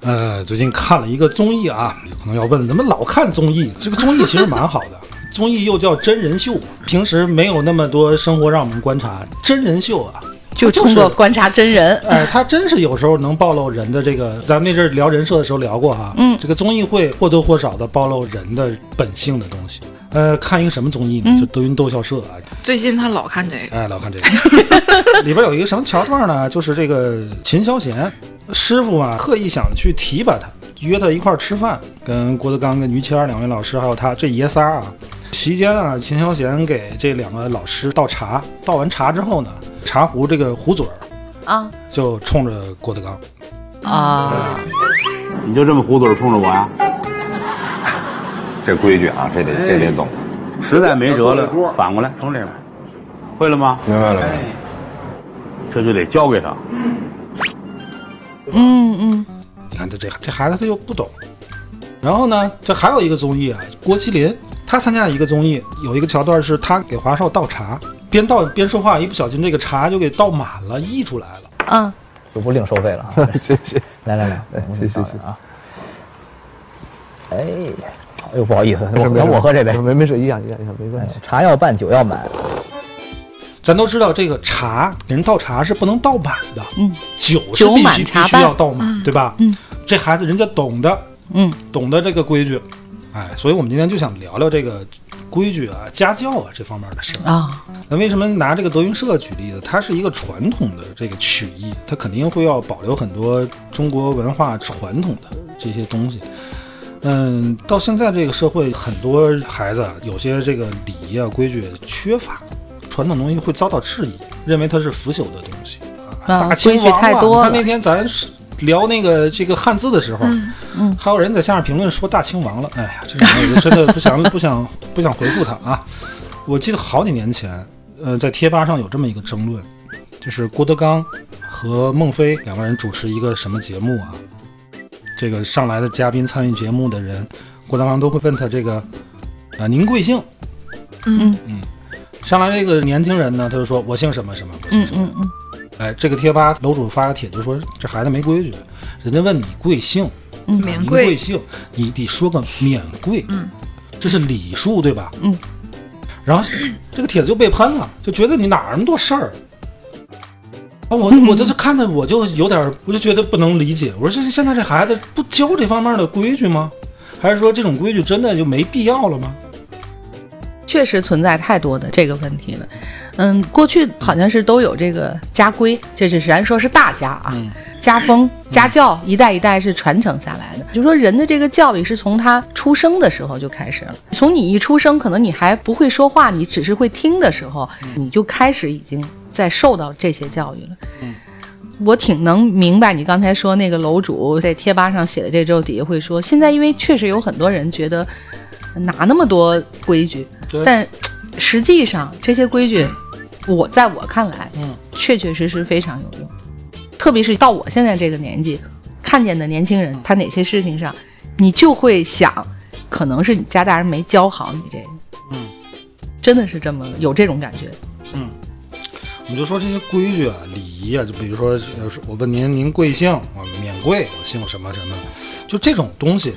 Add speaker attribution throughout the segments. Speaker 1: 呃，最近看了一个综艺啊，有可能要问，怎么老看综艺？这个综艺其实蛮好的， 综艺又叫真人秀嘛，平时没有那么多生活让我们观察，真人秀啊，
Speaker 2: 就
Speaker 1: 通过
Speaker 2: 观察真人，
Speaker 1: 哎，他真是有时候能暴露人的这个，咱们那阵儿聊人设的时候聊过哈，
Speaker 2: 嗯
Speaker 1: 这个综艺会或多或少的暴露人的本性的东西。呃，看一个什么综艺呢？
Speaker 2: 嗯
Speaker 1: 就德云逗笑社啊，
Speaker 3: 最近他老看这个，
Speaker 1: 哎，老看这个， 里边有一个什么桥段呢？就是这个秦霄贤师傅
Speaker 3: 嗯
Speaker 1: 嘛，刻意想去提拔他，约他一块儿吃饭，跟郭德纲、跟于谦儿两位老师，还有他这爷仨啊。席间啊，秦霄贤给这两个老师倒茶，倒完茶之后呢，茶壶这个壶嘴儿
Speaker 2: 啊
Speaker 1: 就冲着郭德纲。
Speaker 2: 啊，
Speaker 4: 你就这么糊嘴冲着我啊呀、
Speaker 5: 这规矩啊，这得这得懂。
Speaker 4: 实在没辙
Speaker 5: 要坐这桌
Speaker 4: 了，反过来从这边，会了吗？
Speaker 5: 明白了没？
Speaker 4: 这就得交给他。
Speaker 2: 嗯嗯，
Speaker 1: 你看这这这孩子他又不懂。然后呢，这还有一个综艺啊，郭麒麟他参加一个综艺，有一个桥段是他给华少倒茶，边倒边说话，一不小心这个茶就给倒满了，溢出来了。
Speaker 2: 嗯，
Speaker 6: 就不另收费了啊。 谢谢，来来来，谢谢谢啊。哎，哎呦，不好意思，我那我喝这杯，没没事，一样一样一样，没关系。茶要办，酒要满，
Speaker 1: 咱都知道这个茶给人倒茶是不能倒满的，
Speaker 2: 嗯，
Speaker 1: 酒是
Speaker 2: 酒
Speaker 1: 必
Speaker 2: 满
Speaker 1: 须
Speaker 2: 茶
Speaker 1: 必须
Speaker 2: 半
Speaker 1: 要倒满，对吧？
Speaker 2: 嗯，
Speaker 1: 这孩子人家懂的，
Speaker 2: 嗯，
Speaker 1: 懂得这个规矩，哎，所以我们今天就想聊聊这个规矩啊、家教啊这方面的事儿。
Speaker 2: 啊，
Speaker 1: 那为什么拿这个德云社举例呢？它是一个传统的这个曲艺，它肯定会要保留很多中国文化传统的这些东西。嗯，到现在这个社会，很多孩子啊有些这个礼仪啊规矩缺乏，传统东西会遭到质疑，认为它是腐朽的东西
Speaker 2: 啊
Speaker 1: 大清
Speaker 2: 规
Speaker 1: 王
Speaker 2: 矩太多
Speaker 1: 你
Speaker 2: 了嗯
Speaker 1: 看那天咱是聊那个这个汉字的时候，还有人在下面评论说大清王了，哎呀，这种人我就真的不想不想不想回复他啊。我记得好几年前，呃，在贴吧上有这么一个争论，就是郭德纲和孟非两个人主持一个什么节目啊？这个上来的嘉宾参与节目的人，郭德纲都会问他这个啊、您贵姓？
Speaker 2: 嗯
Speaker 1: 嗯，上来这个年轻人呢，他就说我姓什么什么，我姓
Speaker 2: 嗯
Speaker 1: 什么。
Speaker 2: 嗯嗯，
Speaker 1: 哎，这个贴吧楼主发个帖就说这孩子没规矩，人家问你贵姓，
Speaker 2: 嗯
Speaker 3: 免
Speaker 1: 您
Speaker 3: 贵
Speaker 1: 姓，你得说个免贵，嗯，这是礼数对吧？
Speaker 2: 嗯，
Speaker 1: 然后这个帖子就被喷了，就觉得你哪儿那么多事儿。啊，我我就是看着我就有点儿，我就觉得不能理解。我说这现在这孩子不教这方面的规矩吗？还是说这种规矩真的就没必要了吗？
Speaker 2: 确实存在太多的这个问题了。嗯，过去好像是都有这个家规，这只是咱说是大家啊，
Speaker 1: 嗯
Speaker 2: 家风、家教一代一代是传承下来的。就说人的这个教育是从他出生的时候就开始了，从你一出生，可能你还不会说话，你只是会听的时候，
Speaker 1: 嗯
Speaker 2: 你就开始已经在受到这些教育了。
Speaker 1: 嗯
Speaker 2: 我挺能明白你刚才说那个楼主在贴吧上写的这之后，底下会说，现在因为确实有很多人觉得呃哪那么多规矩
Speaker 1: 对，
Speaker 2: 但实际上这些规矩，我在我看来，
Speaker 1: 嗯，
Speaker 2: 确确实实非常有用。特别是到我现在这个年纪，看见的年轻人，他哪些事情上，你就会想，可能是你家大人没教好你这个，
Speaker 1: 嗯，
Speaker 2: 真的是这么有这种感觉，
Speaker 1: 我们就说这些规矩啊、礼仪啊，就比如说，呃我问您您贵姓啊，免贵，我姓什么什么，就这种东西，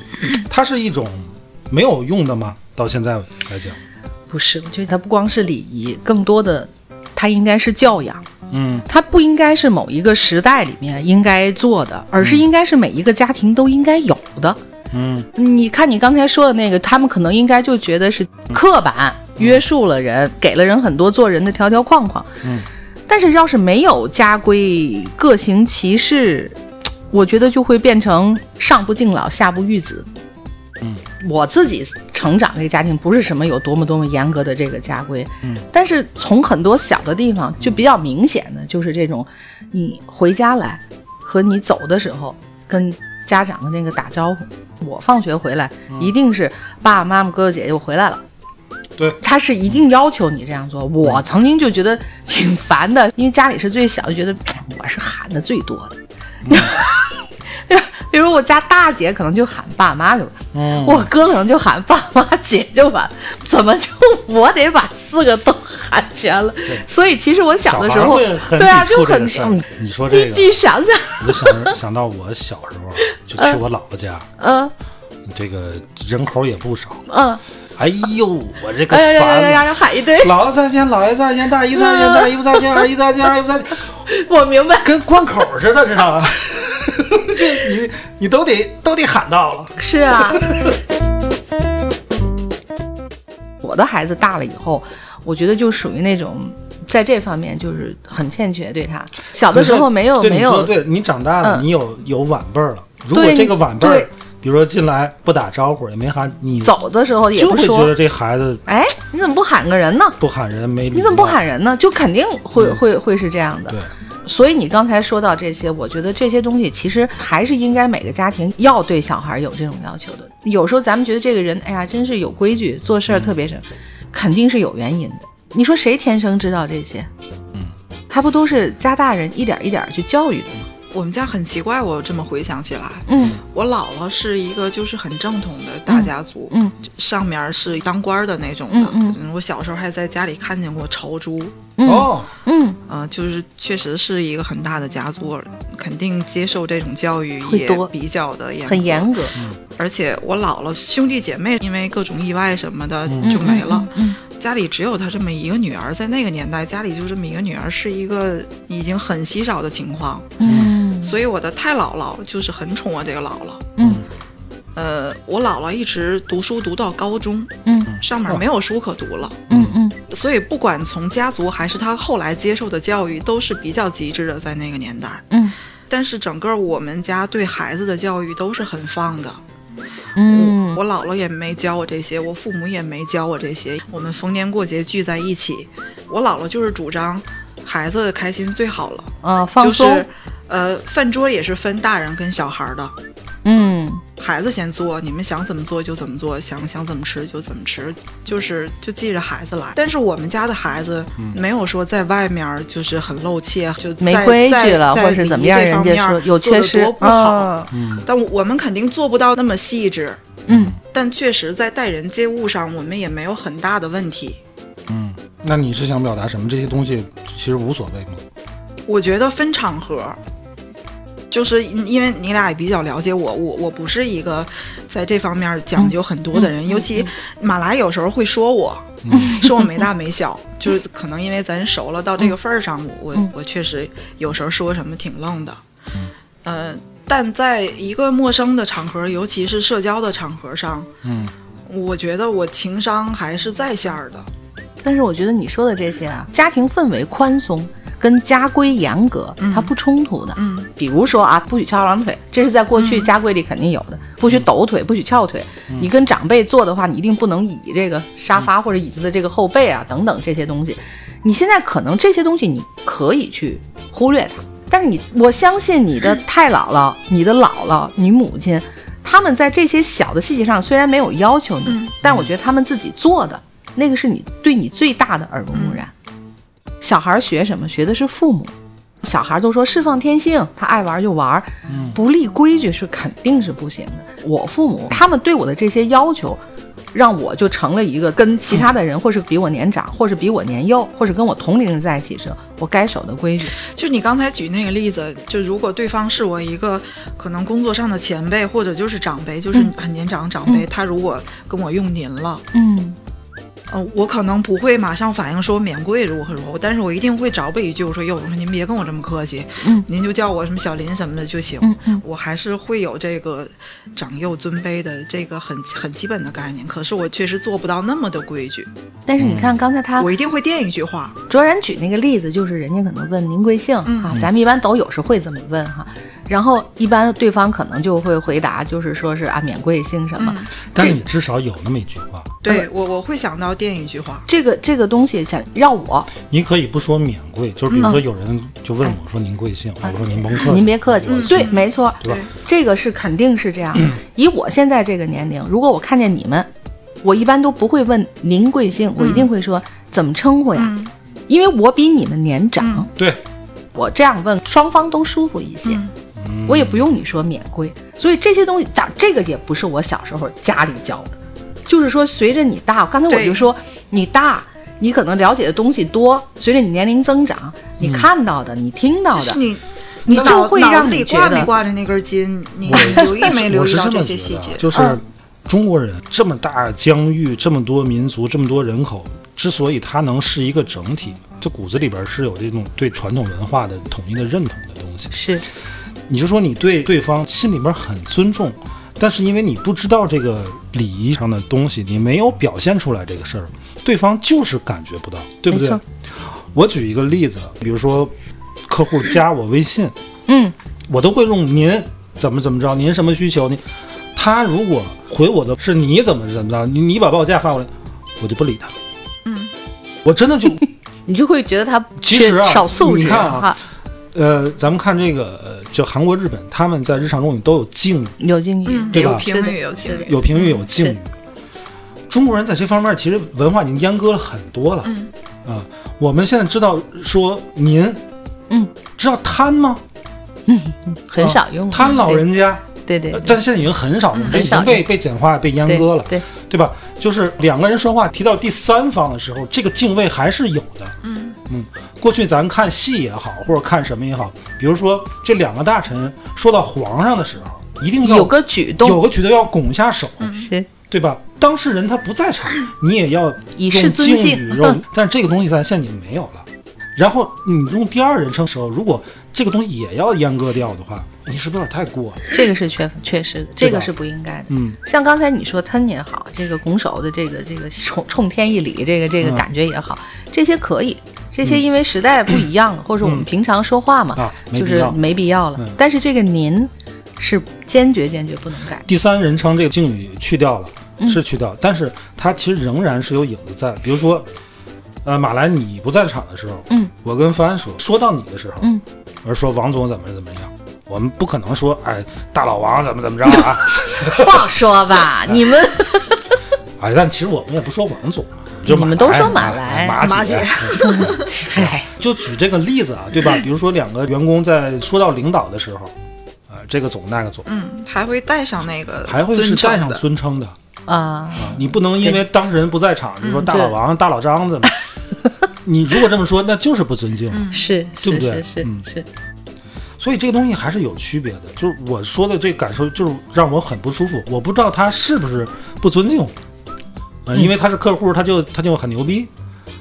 Speaker 1: 它是一种没有用的吗？到现在来讲，
Speaker 2: 不是？我觉得它不光是礼仪，更多的，它应该是教养。
Speaker 1: 嗯，
Speaker 2: 它不应该是某一个时代里面应该做的，而是应该是每一个家庭都应该有的。
Speaker 1: 嗯，
Speaker 2: 你看你刚才说的那个，他们可能应该就觉得是刻板约束了人，给了人很多做人的条条框框。
Speaker 1: 嗯，
Speaker 2: 但是要是没有家规，各行其事，我觉得就会变成上不敬老，下不育子。
Speaker 1: 嗯
Speaker 2: 我自己成长这个家庭不是什么有多么多么严格的这个家规，嗯，但是从很多小的地方就比较明显的就是这种，你回家来和你走的时候跟家长的那个打招呼。我放学回来一定是爸爸妈妈、哥哥姐姐，我回来了。
Speaker 1: 对，
Speaker 2: 他是一定要求你这样做。我曾经就觉得挺烦的，因为家里是最小，就觉得哎我是喊的最多的。 比如我家大姐可能就喊爸妈就完，
Speaker 1: 嗯
Speaker 2: 我哥可能就喊爸妈姐就完，怎么就我得把四个都喊全了？所以其实我小的时候
Speaker 1: 小孩会，很
Speaker 2: 对啊，
Speaker 1: 抵
Speaker 2: 就
Speaker 1: 触这
Speaker 2: 很
Speaker 1: 个事儿你说这
Speaker 2: 你
Speaker 1: 个
Speaker 2: 你想想，
Speaker 1: 我就想想到我小时 候就去我姥姥家，
Speaker 2: 嗯
Speaker 1: 这个人口也不少。
Speaker 2: 嗯，
Speaker 1: 哎呦，我这个
Speaker 2: 哎呀呀呀
Speaker 1: 烦
Speaker 2: 呀呀嗯
Speaker 1: 呐！
Speaker 2: 呀，喊一堆，
Speaker 1: 姥姥再见，姥爷再见，大姨再见，大姨夫再见，二姨再见，二姨夫再见，
Speaker 2: 我明白，
Speaker 1: 跟关口似的，知道 吧？这你你都得都得喊到了。
Speaker 2: 是啊。 我的孩子大了以后，我觉得就属于那种在这方面就是很欠缺，对他小的时候没有
Speaker 1: 对
Speaker 2: 没
Speaker 1: 你说
Speaker 2: 有
Speaker 1: 的对你长大了，
Speaker 2: 嗯
Speaker 1: 你有有晚辈儿了。如果
Speaker 2: 对
Speaker 1: 这个晚辈儿
Speaker 2: 对，
Speaker 1: 比如说进来不打招呼，也没喊你，
Speaker 2: 走的时候也
Speaker 1: 就
Speaker 2: 不
Speaker 1: 会
Speaker 2: 说
Speaker 1: 觉得，这孩子
Speaker 2: 哎，你怎么不喊个人呢？
Speaker 1: 不喊人没礼貌
Speaker 2: 你怎么不喊人呢？就肯定会、
Speaker 3: 嗯
Speaker 2: 会会是这样的
Speaker 1: 对。
Speaker 2: 所以你刚才说到这些，我觉得这些东西其实还是应该每个家庭要对小孩有这种要求的。有时候咱们觉得这个人，哎呀，真是有规矩，做
Speaker 3: 嗯
Speaker 2: 事儿特别什么，肯定是有原因的。你说谁天生知道这些？嗯，还不都是家大人一点一点去教育的吗？
Speaker 3: 我们家很奇怪，我这么回想起来，
Speaker 2: 嗯
Speaker 3: 我姥姥是一个就是很正统的大家族，
Speaker 2: 嗯
Speaker 3: 上面是当官儿的那种的。
Speaker 2: 嗯
Speaker 3: 我小时候还在家里看见过朝珠，
Speaker 2: 嗯、
Speaker 1: 哦，
Speaker 2: 嗯，
Speaker 3: 嗯、就是确实是一个很大的家族，肯定接受这种教育
Speaker 2: 会
Speaker 3: 也
Speaker 2: 多
Speaker 3: 比较的严，
Speaker 2: 很严。格。嗯
Speaker 3: 而且我姥姥兄弟姐妹因为各种意外什么的就没了，
Speaker 2: 嗯
Speaker 3: 家里只有她这么一个女儿，在那个年代家里就这么一个女儿是一个已经很稀少的情况。
Speaker 2: 嗯
Speaker 3: 所以我的太姥姥就是很宠我这个姥姥。
Speaker 2: 嗯
Speaker 3: 呃，我姥姥一直读书读到高中，
Speaker 2: 嗯
Speaker 3: 上面没有书可读了，
Speaker 2: 嗯嗯
Speaker 3: 所以不管从家族还是她后来接受的教育，都是比较极致的，在那个年代。
Speaker 2: 嗯
Speaker 3: 但是整个我们家对孩子的教育都是很放的，
Speaker 2: 嗯
Speaker 3: 我姥姥也没教我这些，我父母也没教我这些。我们逢年过节聚在一起，我姥姥就是主张孩子开心最好了，
Speaker 2: 啊，放
Speaker 3: 就
Speaker 2: 松。
Speaker 3: 是呃，饭桌也是分大人跟小孩儿的，
Speaker 2: 嗯
Speaker 3: 孩子先做，你们想怎么做就怎么做，想想怎么吃就怎么吃，就是就记着孩子来。但是我们家的孩子没有说在外面儿就是很露怯，就在
Speaker 2: 没规矩
Speaker 3: 在
Speaker 2: 了
Speaker 3: 在
Speaker 2: 或是怎么样
Speaker 3: 礼仪这方
Speaker 2: 人家
Speaker 3: 面
Speaker 2: 说
Speaker 3: 儿
Speaker 2: 有
Speaker 3: 做得
Speaker 2: 缺失
Speaker 3: 多不好
Speaker 2: 啊。
Speaker 3: 但我们肯定做不到那么细致，
Speaker 2: 嗯，
Speaker 3: 但确实在待人接物上，我们也没有很大的问题。
Speaker 1: 嗯，那你是想表达什么？这些东西其实无所谓吗？
Speaker 3: 我觉得分场合，就是因为你俩也比较了解我，我我不是一个在这方面讲究很多的人，尤其马来有时候会说我，说我没大没小， 就是可能因为咱熟了到这个份儿上，我我我确实有时候说什么挺愣的，嗯、呃，但在一个陌生的场合，尤其是社交的场合上，
Speaker 1: 嗯，
Speaker 3: 我觉得我情商还是在线儿的，
Speaker 2: 但是我觉得你说的这些啊，家庭氛围宽松跟家规严格，它不冲突的。
Speaker 3: 嗯，
Speaker 2: 比如说啊，不许翘二郎腿，这是在过去家规里肯定有的，不许抖腿，不许翘腿。你跟长辈坐的话，你一定不能倚这个沙发或者椅子的这个后背啊，等等这些东西。你现在可能这些东西你可以去忽略它，但是你，我相信你的太姥姥、你的姥姥、你母亲，他们在这些小的细节上虽然没有要求你，但我觉得他们自己做的那个是你对你最大的耳濡目染。小孩儿学什么？学的是父母。小孩儿都说释放天性，他爱玩就玩，不立规矩是肯定是不行的。我父母他们对我的这些要求，让我就成了一个跟其他的人，或是比我年长，或是比我年幼，或是跟我同龄人在一起时，我该守的规矩。
Speaker 3: 就你刚才举那个例子，就如果对方是我一个可能工作上的前辈，或者就是长辈，就是很年长的长辈，他如果跟我用您了，
Speaker 2: 嗯
Speaker 3: 嗯、我可能不会马上反应说免贵如何如何，但是我一定会找补一句，我说哟，我说您别跟我这么客气，
Speaker 2: 嗯
Speaker 3: 您就叫我什么小林什么的就行，
Speaker 2: 嗯嗯
Speaker 3: 我还是会有这个长幼尊卑的这个很很基本的概念，可是我确实做不到那么的规矩，
Speaker 2: 但是你看刚才他
Speaker 3: 我一定会垫一句话，
Speaker 2: 卓然举那个例子，就是人家可能问您贵姓、啊，咱们一般都有时会这么问哈、然后一般对方可能就会回答，就是说是啊免贵姓什么。
Speaker 1: 但是你至少有那么一句话，
Speaker 2: 嗯
Speaker 3: 对我我会想到电影一句话，
Speaker 2: 这个这个东西想让我，
Speaker 1: 你可以不说免贵，就是比如说有人就问我说您贵姓，我说您甭
Speaker 3: 嗯
Speaker 1: 客气，
Speaker 2: 嗯您别客气，对，没错，
Speaker 1: 对吧
Speaker 2: 这个是肯定是这样。
Speaker 3: 嗯
Speaker 2: 以我现在这个年龄，如果我看见你们，我一般都不会问您贵
Speaker 3: 嗯
Speaker 2: 姓，我一定会说、怎么称呼呀，因为我比你们年长，
Speaker 3: 嗯
Speaker 1: 对，
Speaker 2: 我这样问双方都舒服一些。
Speaker 3: 嗯
Speaker 2: 我也不用你说免贵，所以这些东西，当这个也不是我小时候家里教的，就是说随着你大，刚才我
Speaker 3: 对
Speaker 2: 就说你大，你可能了解的东西多，随着你年龄增长，你看到的，你听到
Speaker 3: 就
Speaker 2: 的，
Speaker 3: 嗯是你你
Speaker 2: 就
Speaker 3: 脑
Speaker 2: 会
Speaker 3: 脑
Speaker 2: 让
Speaker 3: 子
Speaker 2: 你
Speaker 3: 里
Speaker 2: 觉
Speaker 3: 挂
Speaker 2: 得
Speaker 3: 没挂着那根筋，你
Speaker 1: 我
Speaker 3: 留意没留
Speaker 1: 我
Speaker 3: 意
Speaker 1: 是
Speaker 3: 到
Speaker 1: 这
Speaker 3: 这
Speaker 1: 么
Speaker 3: 些
Speaker 1: 觉
Speaker 3: 细
Speaker 1: 得
Speaker 3: 节
Speaker 1: 啊，？就是中国人这么大疆域、这么多民族、这么多人口，之所以它能是一个整体，这骨子里边是有这种对传统文化的统一的认同的东西。
Speaker 2: 是
Speaker 1: 你就说你对对方心里边很尊重，但是因为你不知道这个礼仪上的东西，你没有表现出来这个事儿，对方就是感觉不到，对不对
Speaker 2: 没错？
Speaker 1: 我举一个例子，比如说客户加我微信，
Speaker 2: 嗯，
Speaker 1: 我都会用您怎么怎么着，您什么需求，您他如果回我的是你怎么怎么着，你你把报价发过来，我就不理他了，嗯，我真的就
Speaker 2: 你就会觉得他
Speaker 1: 其实啊
Speaker 2: 缺少素质
Speaker 1: 你看啊呃，咱们看这个呃就韩国、日本，他们在日常中语都有敬语。
Speaker 2: 有敬语，
Speaker 1: 对吧
Speaker 3: 嗯有评
Speaker 2: 是的
Speaker 3: 语有评语，
Speaker 1: 有评语有敬
Speaker 2: 是
Speaker 1: 语。中国人在这方面其实文化已经阉割了很多了。嗯啊，我们现在知道说您，
Speaker 2: 嗯，
Speaker 1: 知道贪吗？
Speaker 2: 很少用。
Speaker 1: 哦贪老人家，
Speaker 2: 对，嗯对
Speaker 1: 呃
Speaker 2: 对对，
Speaker 1: 但现在已经很少了，
Speaker 2: 很
Speaker 1: 已
Speaker 2: 少
Speaker 1: 经被被简化、被阉割了，
Speaker 2: 对，
Speaker 1: 对吧？就是两个人说话提到第三方的时候，这个敬畏还是有的。嗯过去咱看戏也好，或者看什么也好，比如说这两个大臣说到皇上的时候，一定要
Speaker 2: 有嗯个举
Speaker 1: 有
Speaker 2: 动
Speaker 1: 个举动要拱一下手，
Speaker 2: 是
Speaker 1: 对吧？当事人他不在 场，你也要
Speaker 2: 以示
Speaker 1: 用
Speaker 2: 尊
Speaker 1: 敬
Speaker 2: 敬
Speaker 1: 语用，但是这个东西咱现在已经没有了。然后你用第二人称时候，如果这个东西也要阉割掉的话，你是不是有点太过了？
Speaker 2: 这个是缺缺失的，这个是不应该的。
Speaker 1: 嗯，
Speaker 2: 像刚才你说吞也好，这个拱手的这个这个冲冲天一礼，这个这个
Speaker 1: 嗯
Speaker 2: 感觉也好，这些可以，这些因为时代不一样了，或者说我们平常说话嘛，
Speaker 1: 嗯啊没
Speaker 2: 就
Speaker 1: 必
Speaker 2: 是
Speaker 1: 要
Speaker 2: 没必要了。
Speaker 1: 嗯
Speaker 2: 但是这个您是坚决坚决不能 改。
Speaker 1: 第三人称这个敬语去掉了，
Speaker 2: 嗯
Speaker 1: 是去掉，但是它其实仍然是有影子在的。比如说，呃，马来你不在场的时候，
Speaker 2: 嗯，
Speaker 1: 我跟方安说，说到你的时候，
Speaker 2: 嗯，
Speaker 1: 而说王总怎么怎么样，我们不可能说，哎，大老王怎么怎么着啊。
Speaker 2: 不好 说吧，你们
Speaker 1: 哎，但其实我们也不说王总，啊就
Speaker 2: 你们
Speaker 1: 马哎
Speaker 2: 都说
Speaker 1: 马
Speaker 2: 马来
Speaker 1: 马
Speaker 3: 马
Speaker 1: 姐
Speaker 3: 姐，
Speaker 2: 哎，
Speaker 1: 就举这个例子啊，对吧？比如说两个员工在说到领导的时候，啊、这个总那个总，
Speaker 3: 嗯，还会带上那个
Speaker 1: 还会是
Speaker 3: 尊称
Speaker 1: 带上
Speaker 3: 的
Speaker 1: 尊称的，
Speaker 2: 啊、
Speaker 1: 你不能因为当事人不在场，就说大老
Speaker 2: 对
Speaker 1: 王、大老张怎么？你如果这么说，那就是不尊敬。
Speaker 2: 是
Speaker 1: 对
Speaker 2: 是
Speaker 1: 不
Speaker 2: 是
Speaker 1: 对
Speaker 2: 是
Speaker 1: 嗯
Speaker 2: 是，
Speaker 1: 所以这个东西还是有区别的。就是我说的这感受，就是让我很不舒服。我不知道他是不是不尊敬我，呃因为他是客户，他就他就很牛逼。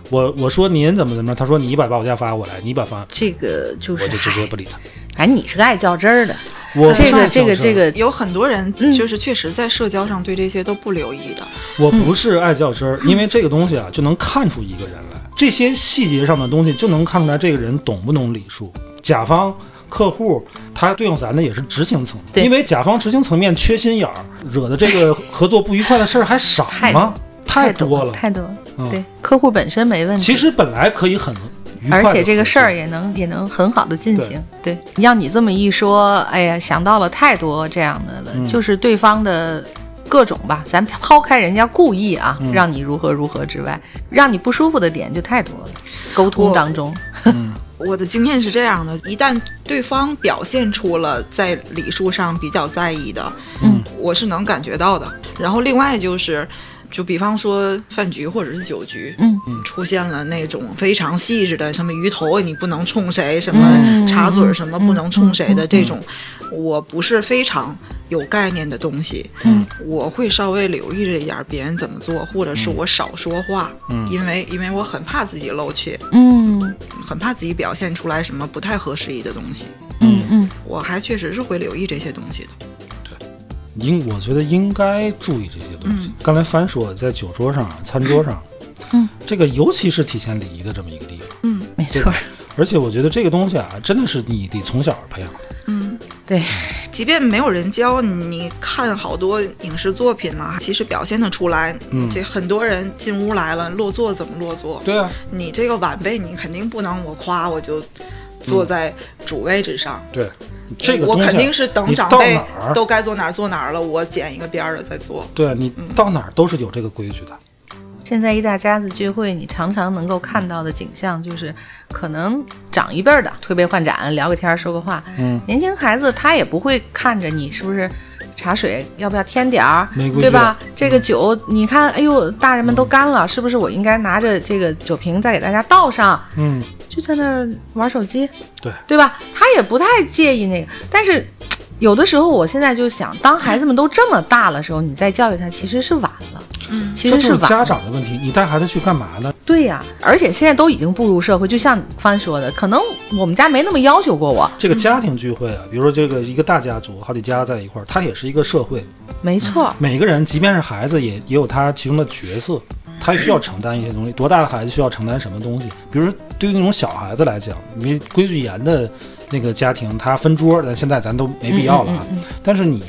Speaker 1: 我我说您怎么怎么着，他说你把报价发过来，你把方案，
Speaker 2: 这个就是
Speaker 1: 我就直接不理他。
Speaker 2: 哎，你是个爱较真儿的，
Speaker 1: 我
Speaker 2: 这
Speaker 1: 不
Speaker 2: 个
Speaker 1: 是
Speaker 2: 这个
Speaker 1: 爱较真
Speaker 2: 这个，
Speaker 3: 有很多人
Speaker 2: 嗯
Speaker 3: 就是确实在社交上对这些都不留意的，
Speaker 1: 我不是爱较真儿，
Speaker 2: 嗯
Speaker 1: 因为这个东西啊，就能看出一个人来，这些细节上的东西就能看出来这个人懂不懂礼数。甲方客户他对应咱的也是执行层
Speaker 2: 对
Speaker 1: 面，因为甲方执行层面缺心眼儿，惹的这个合作不愉快的事儿还少
Speaker 2: 太
Speaker 1: 吗？太
Speaker 2: 懂
Speaker 1: 多了。
Speaker 2: 太多了。
Speaker 1: 嗯
Speaker 2: 对，客户本身没问题，
Speaker 1: 其实本来可以很愉快地合
Speaker 2: 而
Speaker 1: 作，
Speaker 2: 且这个事儿也能也能很好的进行。对，要你这么一说，哎呀，想到了太多这样的了，
Speaker 1: 嗯
Speaker 2: 就是对方的。各种吧，咱抛开人家故意啊，
Speaker 1: 嗯
Speaker 2: 让你如何如何之外，让你不舒服的点就太多了。沟通
Speaker 3: 我
Speaker 2: 当中，
Speaker 3: 我的经验是这样的：一旦对方表现出了在礼数上比较在意的，
Speaker 2: 嗯，
Speaker 3: 我是能感觉到的。然后另外就是，就比方说饭局或者是酒局，
Speaker 2: 嗯，
Speaker 3: 出现了那种非常细致的什么鱼头你不能冲谁，什么
Speaker 2: 嗯
Speaker 3: 茶嘴儿什么不能冲谁的这种，我不是非常有概念的东西，
Speaker 1: 嗯，
Speaker 3: 我会稍微留意着一点儿别人怎么做，或者
Speaker 2: 嗯
Speaker 3: 是我少说话，嗯，因为因为我很怕自己露怯，
Speaker 2: 嗯
Speaker 3: 很怕自己表现出来什么不太合时宜的东西。
Speaker 2: 嗯嗯，
Speaker 3: 我还确实是会留意这些东西的。
Speaker 1: 应我觉得应该注意这些东西。刚才翻说在酒桌上、啊、餐桌上，
Speaker 2: 嗯，
Speaker 1: 这个尤其是体现礼仪的这么一个地方。
Speaker 2: 没
Speaker 1: 对
Speaker 2: 错儿，
Speaker 1: 而且我觉得这个东西啊，真的是你得从小培养。嗯，
Speaker 2: 对，
Speaker 3: 即便没有人教，你看好多影视作品呢、啊其实表现得出来。
Speaker 1: 嗯
Speaker 3: 这很多人进屋来了，落座怎么落座？
Speaker 1: 对啊，
Speaker 3: 你这个晚辈，你肯定不能我夸我就坐在主位置上。
Speaker 1: 对，这个
Speaker 3: 我
Speaker 1: 东西啊
Speaker 3: 肯定是等
Speaker 1: 你
Speaker 3: 长
Speaker 1: 到
Speaker 3: 辈
Speaker 1: 哪儿
Speaker 3: 都该坐哪儿坐哪儿了，我捡一个边儿的再坐。
Speaker 1: 对你
Speaker 3: 嗯
Speaker 1: 到哪儿都是有这个规矩的。
Speaker 2: 现在一大家子聚会，你常常能够看到的景象就是，可能长一辈儿的推杯换盏，聊个天儿，说个话。
Speaker 1: 嗯，
Speaker 2: 年轻孩子他也不会看着你是不是茶水要不要添点儿
Speaker 1: 没规矩，
Speaker 2: 对吧？这个酒，你看，哎呦，大人们都干了，是不是我应该拿着这个酒瓶再给大家倒上？
Speaker 1: 嗯，
Speaker 2: 就在那儿玩手机，
Speaker 1: 对
Speaker 2: 对吧？他也不太介意那个，但是有的时候，我现在就想，当孩子们都这么大的时候，你再教育他，其实是晚了。嗯，其
Speaker 1: 这就
Speaker 2: 实
Speaker 1: 是是
Speaker 2: 晚
Speaker 1: 家
Speaker 2: 了。
Speaker 1: 长的问题。你带孩子去干嘛呢？
Speaker 2: 对呀、而且现在都已经步入社会，就像你帆说的，可能我们家没那么要求过我。
Speaker 1: 这个
Speaker 3: 嗯
Speaker 1: 家庭聚会啊，比如说这个一个大家族，好几家在一块儿，它也是一个社会。
Speaker 2: 没错，
Speaker 1: 每个人，即便是孩子，也也有他其中的角色，
Speaker 2: 嗯
Speaker 1: 他需要承担一些东西。多大的孩子需要承担什么东西？比如说，对于那种小孩子来讲，你规矩严的那个家庭，他分桌，但现在咱都没必要了
Speaker 2: 嗯
Speaker 1: 啊。但是你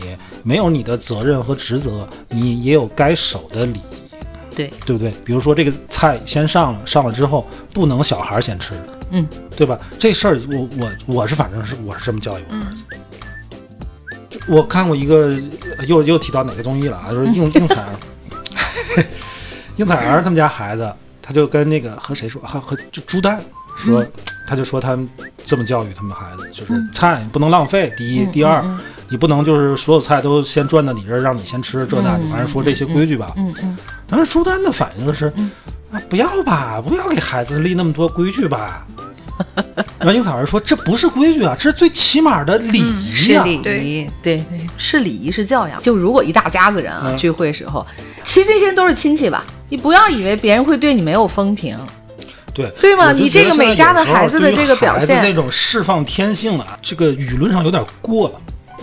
Speaker 1: 没有你的责任和职责，你也有该守的礼仪，
Speaker 2: 对，
Speaker 1: 对不对？比如说这个菜先上了，上了之后不能小孩先吃，
Speaker 2: 嗯，
Speaker 1: 对吧？这事儿我我我是反正是我是这么教育我儿子。就我看过一个，呃又又提到哪个综艺了啊？就是 应应采儿， 应采儿他们家孩子，他就跟那个和谁说，和和就朱丹说，
Speaker 2: 嗯
Speaker 1: 他就说他们这么教育他们孩子，就是菜不能浪费，第
Speaker 2: 嗯
Speaker 1: 一，第二，你不能就是所有菜都先转到你这儿，让你先吃这那的，反正说这些规矩吧。
Speaker 2: 嗯嗯，
Speaker 1: 当时朱丹的反应就是，啊，不要吧，不要给孩子立那么多规矩吧。 然后应采儿说：“这不是规矩啊，这是最起码的礼仪
Speaker 2: 是
Speaker 1: 啊。
Speaker 2: 嗯礼仪，对对，是礼仪是教养。就如果一大家子人啊、
Speaker 1: 嗯
Speaker 2: 聚会时候，其实这些人都是亲戚吧，你不要以为别人会对你没有风评。
Speaker 1: 对
Speaker 2: 对吗
Speaker 1: 我就
Speaker 2: 你
Speaker 1: 觉得
Speaker 2: 这个每
Speaker 1: 现在
Speaker 2: 家
Speaker 1: 有
Speaker 2: 的
Speaker 1: 时候
Speaker 2: 孩子的
Speaker 1: 对于
Speaker 2: 这个表
Speaker 1: 孩子
Speaker 2: 现
Speaker 1: 这种释放天性啊，这个舆论上有点过了，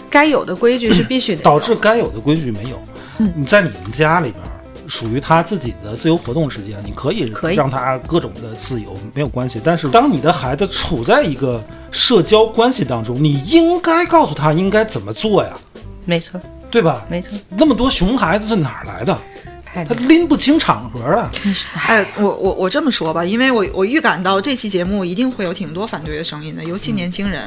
Speaker 2: 该有的规矩是必须得有
Speaker 1: 导致该有的规矩没有。
Speaker 2: 嗯
Speaker 1: 你在你们家里边儿，属于他自己的自由活动时间，你可以
Speaker 2: 可以
Speaker 1: 让他各种的自由，没有关系。但是当你的孩子处在一个社交关系当中，你应该告诉他应该怎么做呀，
Speaker 2: 没错，
Speaker 1: 对吧？
Speaker 2: 没错，
Speaker 1: 那么多熊孩子是哪儿来的？
Speaker 2: 太
Speaker 1: 他
Speaker 2: 对了
Speaker 1: 拎不清场合啊了。
Speaker 3: 哎，我我我这么说吧，因为我我预感到这期节目一定会有挺多反对的声音的，尤其年轻人。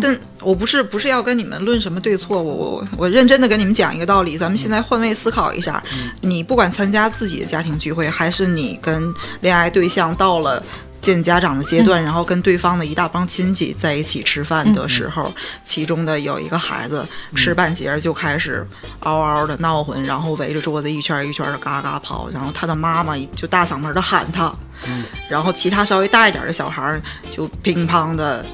Speaker 3: 但我不是不是要跟你们论什么对错，我我我认真的跟你们讲一个道理，咱们现在换位思考一下，嗯你不管参加自己的家庭聚会，还是你跟恋爱对象到了。见家长的阶段，然后跟对方的一大帮亲戚在一起吃饭的时候，其中的有一个孩子吃半截儿就开始嗷嗷的闹混，然后围着桌子一圈儿一圈的嘎嘎跑，然后他的妈妈就大嗓门的喊他，然后其他稍微大一点的小孩儿就乒乓的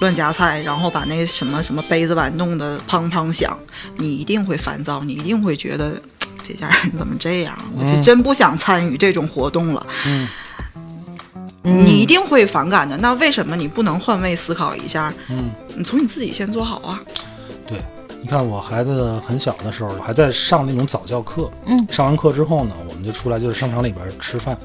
Speaker 3: 乱夹菜，然后把那什么什么杯子碗弄得砰砰响，你一定会烦躁，你一定会觉得这家人 怎么这样？啊
Speaker 2: 嗯
Speaker 3: 我就真不想参与这种活动了。
Speaker 1: 嗯
Speaker 2: 嗯
Speaker 3: 你一定会反感的。那为什么你不能换位思考一下？
Speaker 1: 嗯，
Speaker 3: 你从你自己先做好啊。
Speaker 1: 对，你看我孩子很小的时候，还在上那种早教课。
Speaker 2: 嗯，
Speaker 1: 上完课之后呢，我们就出来就是商场里边吃饭，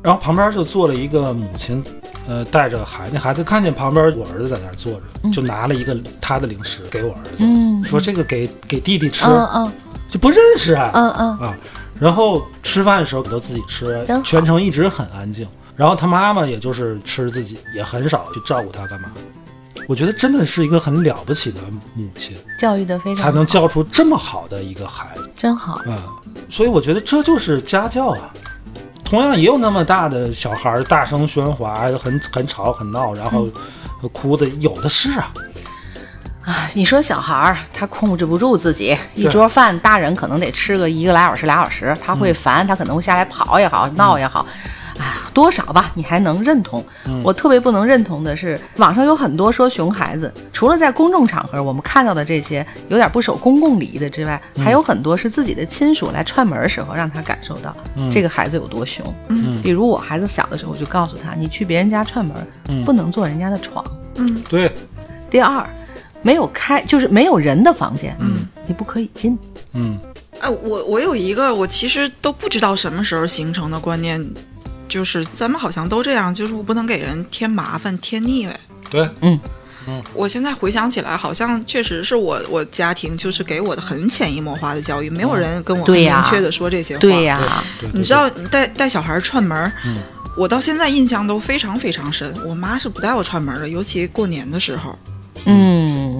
Speaker 1: 然后旁边就坐了一个母亲，呃，带着孩那孩子看见旁边我儿子在那儿坐着，就拿了一个他的零食给我儿子，
Speaker 2: 嗯
Speaker 1: 说这个给给弟弟吃，
Speaker 2: 嗯嗯
Speaker 1: 就不认识啊，
Speaker 2: 嗯嗯，
Speaker 1: 啊，然后吃饭的时候都自己吃
Speaker 2: 真好，
Speaker 1: 全程一直很安静。然后他妈妈也就是吃自己，也很少去照顾他干嘛。我觉得真的是一个很了不起的母亲，
Speaker 2: 教育的非常
Speaker 1: 才能教出这么好的一个孩子
Speaker 2: 真好。
Speaker 1: 啊、所以我觉得这就是家教啊。同样也有那么大的小孩儿大声喧哗，很很吵很闹，然后哭的有的是啊。
Speaker 2: 啊，你说小孩儿他控制不住自己，一
Speaker 1: 对
Speaker 2: 桌饭大人可能得吃个一个来小时俩小时，他会烦，他可能会下来跑也好，闹也好。啊，多少吧，你还能认同。我特别不能认同的是，网上有很多说熊孩子，除了在公众场合我们看到的这些有点不守公共礼仪的之外，还有很多是自己的亲属来串门儿时候让他感受到这个孩子有多熊。嗯，比如我孩子小的时候，我就告诉他，你去别人家串门儿，不能坐人家的床。
Speaker 1: 对，
Speaker 2: 第二，没有开就是没有人的房间，嗯，你不可以进。
Speaker 1: 嗯，
Speaker 3: 哎，我我有一个我其实都不知道什么时候形成的观念，就是咱们好像都这样，就是我不能给人添麻烦、添腻歪。
Speaker 1: 对，
Speaker 3: 我现在回想起来，好像确实是我我家庭就是给我的很潜移默化的教育，没有人跟我很
Speaker 2: 嗯对
Speaker 3: 明
Speaker 2: 呀
Speaker 3: 确的说这些话。
Speaker 2: 对呀、
Speaker 1: 对对
Speaker 3: 你知道你带带小孩串门儿，
Speaker 1: 嗯
Speaker 3: 我到现在印象都非常非常深。我妈是不带我串门儿的，尤其过年的时候，
Speaker 2: 嗯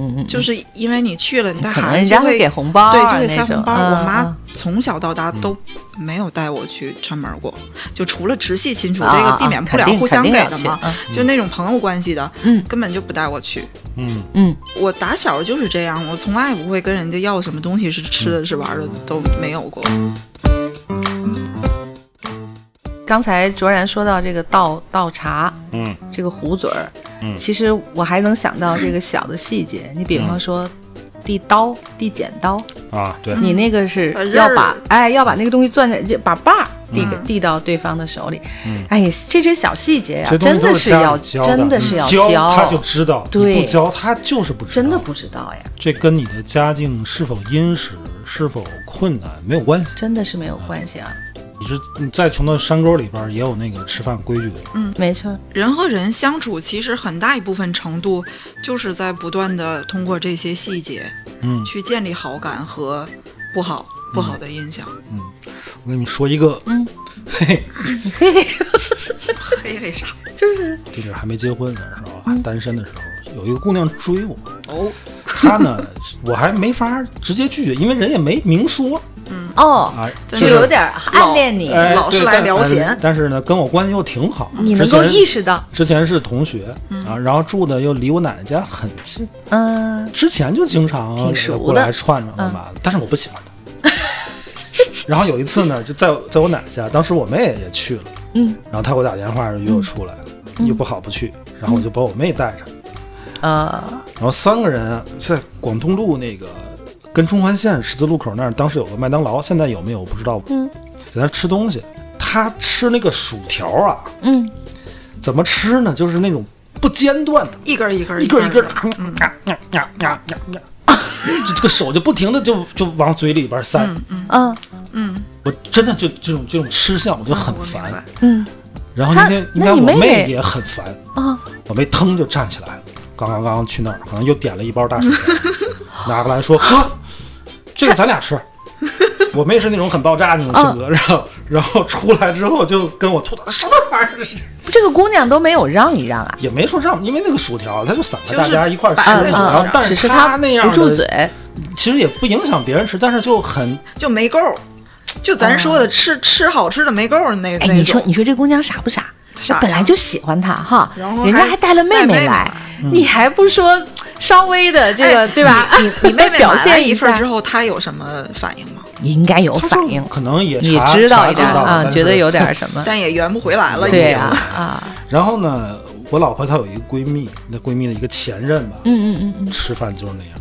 Speaker 2: 嗯嗯，
Speaker 3: 就是因为你去了，你带
Speaker 2: 可能
Speaker 3: 孩
Speaker 2: 人
Speaker 3: 子
Speaker 2: 家
Speaker 3: 就
Speaker 2: 会
Speaker 3: 会
Speaker 2: 给红包啊
Speaker 3: 对，就给塞
Speaker 2: 那种
Speaker 3: 红包。
Speaker 2: 嗯
Speaker 3: 我妈
Speaker 2: 嗯
Speaker 3: 从小到大都没有带我去串门儿过，就除了直系亲属
Speaker 2: 啊
Speaker 3: 这个
Speaker 2: 啊
Speaker 3: 避免不
Speaker 2: 肯
Speaker 3: 了
Speaker 2: 定
Speaker 3: 互相
Speaker 2: 肯
Speaker 3: 给
Speaker 2: 定要
Speaker 3: 的
Speaker 2: 去
Speaker 3: 嘛，就那种朋友关系的，
Speaker 2: 嗯
Speaker 3: 根本就不带我去。
Speaker 1: 嗯，
Speaker 2: 嗯
Speaker 3: 我打小就是这样，我从来不会跟人家要什么东西是吃的，是玩儿的都没有过。
Speaker 2: 刚才卓然说到这个倒倒茶，
Speaker 1: 嗯，
Speaker 2: 这个壶嘴儿，
Speaker 1: 嗯
Speaker 2: 其实我还能想到这个小的细节，你比方说。递刀、递剪刀，
Speaker 1: 啊，对，
Speaker 2: 你那个是
Speaker 3: 把
Speaker 1: 呃
Speaker 3: 刃
Speaker 2: 要
Speaker 3: 儿
Speaker 2: 把哎要把那个东西攥在，就把把儿递
Speaker 1: 嗯
Speaker 2: 给递到对方的手里。哎，这些小细节呀、
Speaker 1: 这东西
Speaker 2: 真
Speaker 1: 都
Speaker 2: 是
Speaker 1: 家
Speaker 2: 要
Speaker 1: 长教的，
Speaker 2: 真的是要
Speaker 1: 你教他就知道，
Speaker 2: 对
Speaker 1: 你不教他就是不知道，
Speaker 2: 真的不知道呀，
Speaker 1: 这跟你的家境是否殷实、是否困难没有关系。
Speaker 2: 真的是没有关系啊。
Speaker 1: 你是你再穷到山沟里边儿也有那个吃饭规矩的人，
Speaker 3: 嗯
Speaker 2: 没错，
Speaker 3: 人和人相处，其实很大一部分程度就是在不断的通过这些细节，
Speaker 1: 嗯
Speaker 3: 去建立好感和不好不好的印象。
Speaker 1: 我跟你说一个，嗯，嘿，
Speaker 2: 嘿嘿，
Speaker 3: 嗯嘿，为啥？
Speaker 2: 就是
Speaker 1: 这是还没结婚的时
Speaker 2: 嗯
Speaker 1: 候，还单身的时候，有一个姑娘追我，
Speaker 3: 哦，
Speaker 1: 她 呢，我还没法直接拒绝，因为人也没明说
Speaker 2: 哦，
Speaker 1: 啊，
Speaker 3: 就
Speaker 2: 就
Speaker 3: 真是
Speaker 2: 有点儿暗恋你，
Speaker 1: 哎，
Speaker 3: 嗯老是
Speaker 1: 对
Speaker 3: 来
Speaker 1: 但
Speaker 3: 聊
Speaker 1: 但是
Speaker 3: 闲
Speaker 1: 但是呢，跟我关系又挺好，
Speaker 2: 你能够
Speaker 1: 之前
Speaker 2: 意识嗯到，
Speaker 1: 之前是同学啊，然后住的又离我奶奶家很近，
Speaker 2: 嗯，
Speaker 1: 之前就经常
Speaker 2: 挺熟的嗯
Speaker 1: 过来串串干嘛的，但是我不喜欢他。 然后有一次呢，就在我在我奶奶家，当时我妹也去了，
Speaker 2: 嗯，
Speaker 1: 然后她给我打电话约我出来，又不好不去，然
Speaker 2: 嗯
Speaker 1: 后我就把我妹带着，
Speaker 2: 呃，
Speaker 1: 然后三个人在广东路那个跟中环线十字路口那儿，当时有个麦当劳，现在有没有我不知道，嗯，在那儿吃东西，他吃那个薯条啊，
Speaker 2: 嗯，
Speaker 1: 怎么吃呢？就是那种不间断的。
Speaker 3: 一根儿一根儿
Speaker 1: 一
Speaker 3: 根
Speaker 1: 根
Speaker 3: 儿
Speaker 1: 一
Speaker 3: 嗯根
Speaker 1: 根
Speaker 3: 儿
Speaker 1: 的，呀呀呀呀呀呀，这个 手就不停的就就往嘴里边塞，
Speaker 2: 嗯
Speaker 1: 我真的就这种这种吃相我就很
Speaker 3: 我明
Speaker 1: 烦。
Speaker 3: 白。
Speaker 2: 嗯，
Speaker 1: 然后
Speaker 2: 他
Speaker 1: 那天应
Speaker 2: 那
Speaker 1: 该
Speaker 2: 你
Speaker 1: 我
Speaker 2: 妹妹
Speaker 1: 也很烦，
Speaker 2: 啊，
Speaker 1: 我妹腾就站起来了，刚刚刚刚去那儿，可能又点了一包 大薯条，拿过来说哥，这个咱俩吃。 我妹是那种很爆炸那种性
Speaker 2: 哦
Speaker 1: 格，然后然后出来之后就跟我吐槽什么玩意儿这是，
Speaker 2: 这个姑娘都没有让一让啊，
Speaker 1: 也没说让，因为那个薯条它就散
Speaker 3: 就
Speaker 1: 了，
Speaker 3: 是
Speaker 1: 大家一块儿吃
Speaker 3: 摆
Speaker 1: 嘛，
Speaker 3: 在桌
Speaker 1: 然后
Speaker 3: 上
Speaker 1: 但
Speaker 2: 呃只
Speaker 1: 是
Speaker 2: 是
Speaker 1: 她那样
Speaker 2: 不住
Speaker 1: 的
Speaker 2: 嘴，
Speaker 1: 其实也不影响别人吃，但是就很
Speaker 3: 就没够儿，就咱说的吃吃好吃的没够儿那
Speaker 2: 哎，
Speaker 3: 那
Speaker 2: 你说
Speaker 3: 种。
Speaker 2: 你说这姑娘傻不傻？
Speaker 3: 傻呀
Speaker 2: 本来就喜欢她哈
Speaker 3: 然，后
Speaker 2: 人家
Speaker 3: 还
Speaker 2: 还带了妹
Speaker 3: 带妹妹嗯
Speaker 2: 来，你还不说稍微的这个
Speaker 3: 哎
Speaker 2: 对吧？你
Speaker 3: 你妹 妹
Speaker 2: 表
Speaker 3: 买了
Speaker 2: 现
Speaker 3: 一份儿之
Speaker 2: 后，
Speaker 3: 后，她有什么反应吗？，
Speaker 2: 你应该有
Speaker 1: 她
Speaker 2: 反
Speaker 1: 就
Speaker 2: 应，
Speaker 1: 可能也
Speaker 2: 你
Speaker 1: 查
Speaker 2: 知道
Speaker 1: 查
Speaker 2: 一点
Speaker 1: 到了
Speaker 2: 啊，
Speaker 1: 但
Speaker 2: 觉得
Speaker 1: 是
Speaker 2: 有点什么
Speaker 3: 但也圆不回来了，已
Speaker 2: 对
Speaker 3: 经。
Speaker 2: 啊啊，
Speaker 1: 然后呢，我老婆她有一个闺蜜，那闺蜜的一个前任吧，
Speaker 2: 嗯嗯嗯嗯，
Speaker 1: 吃饭就是那样，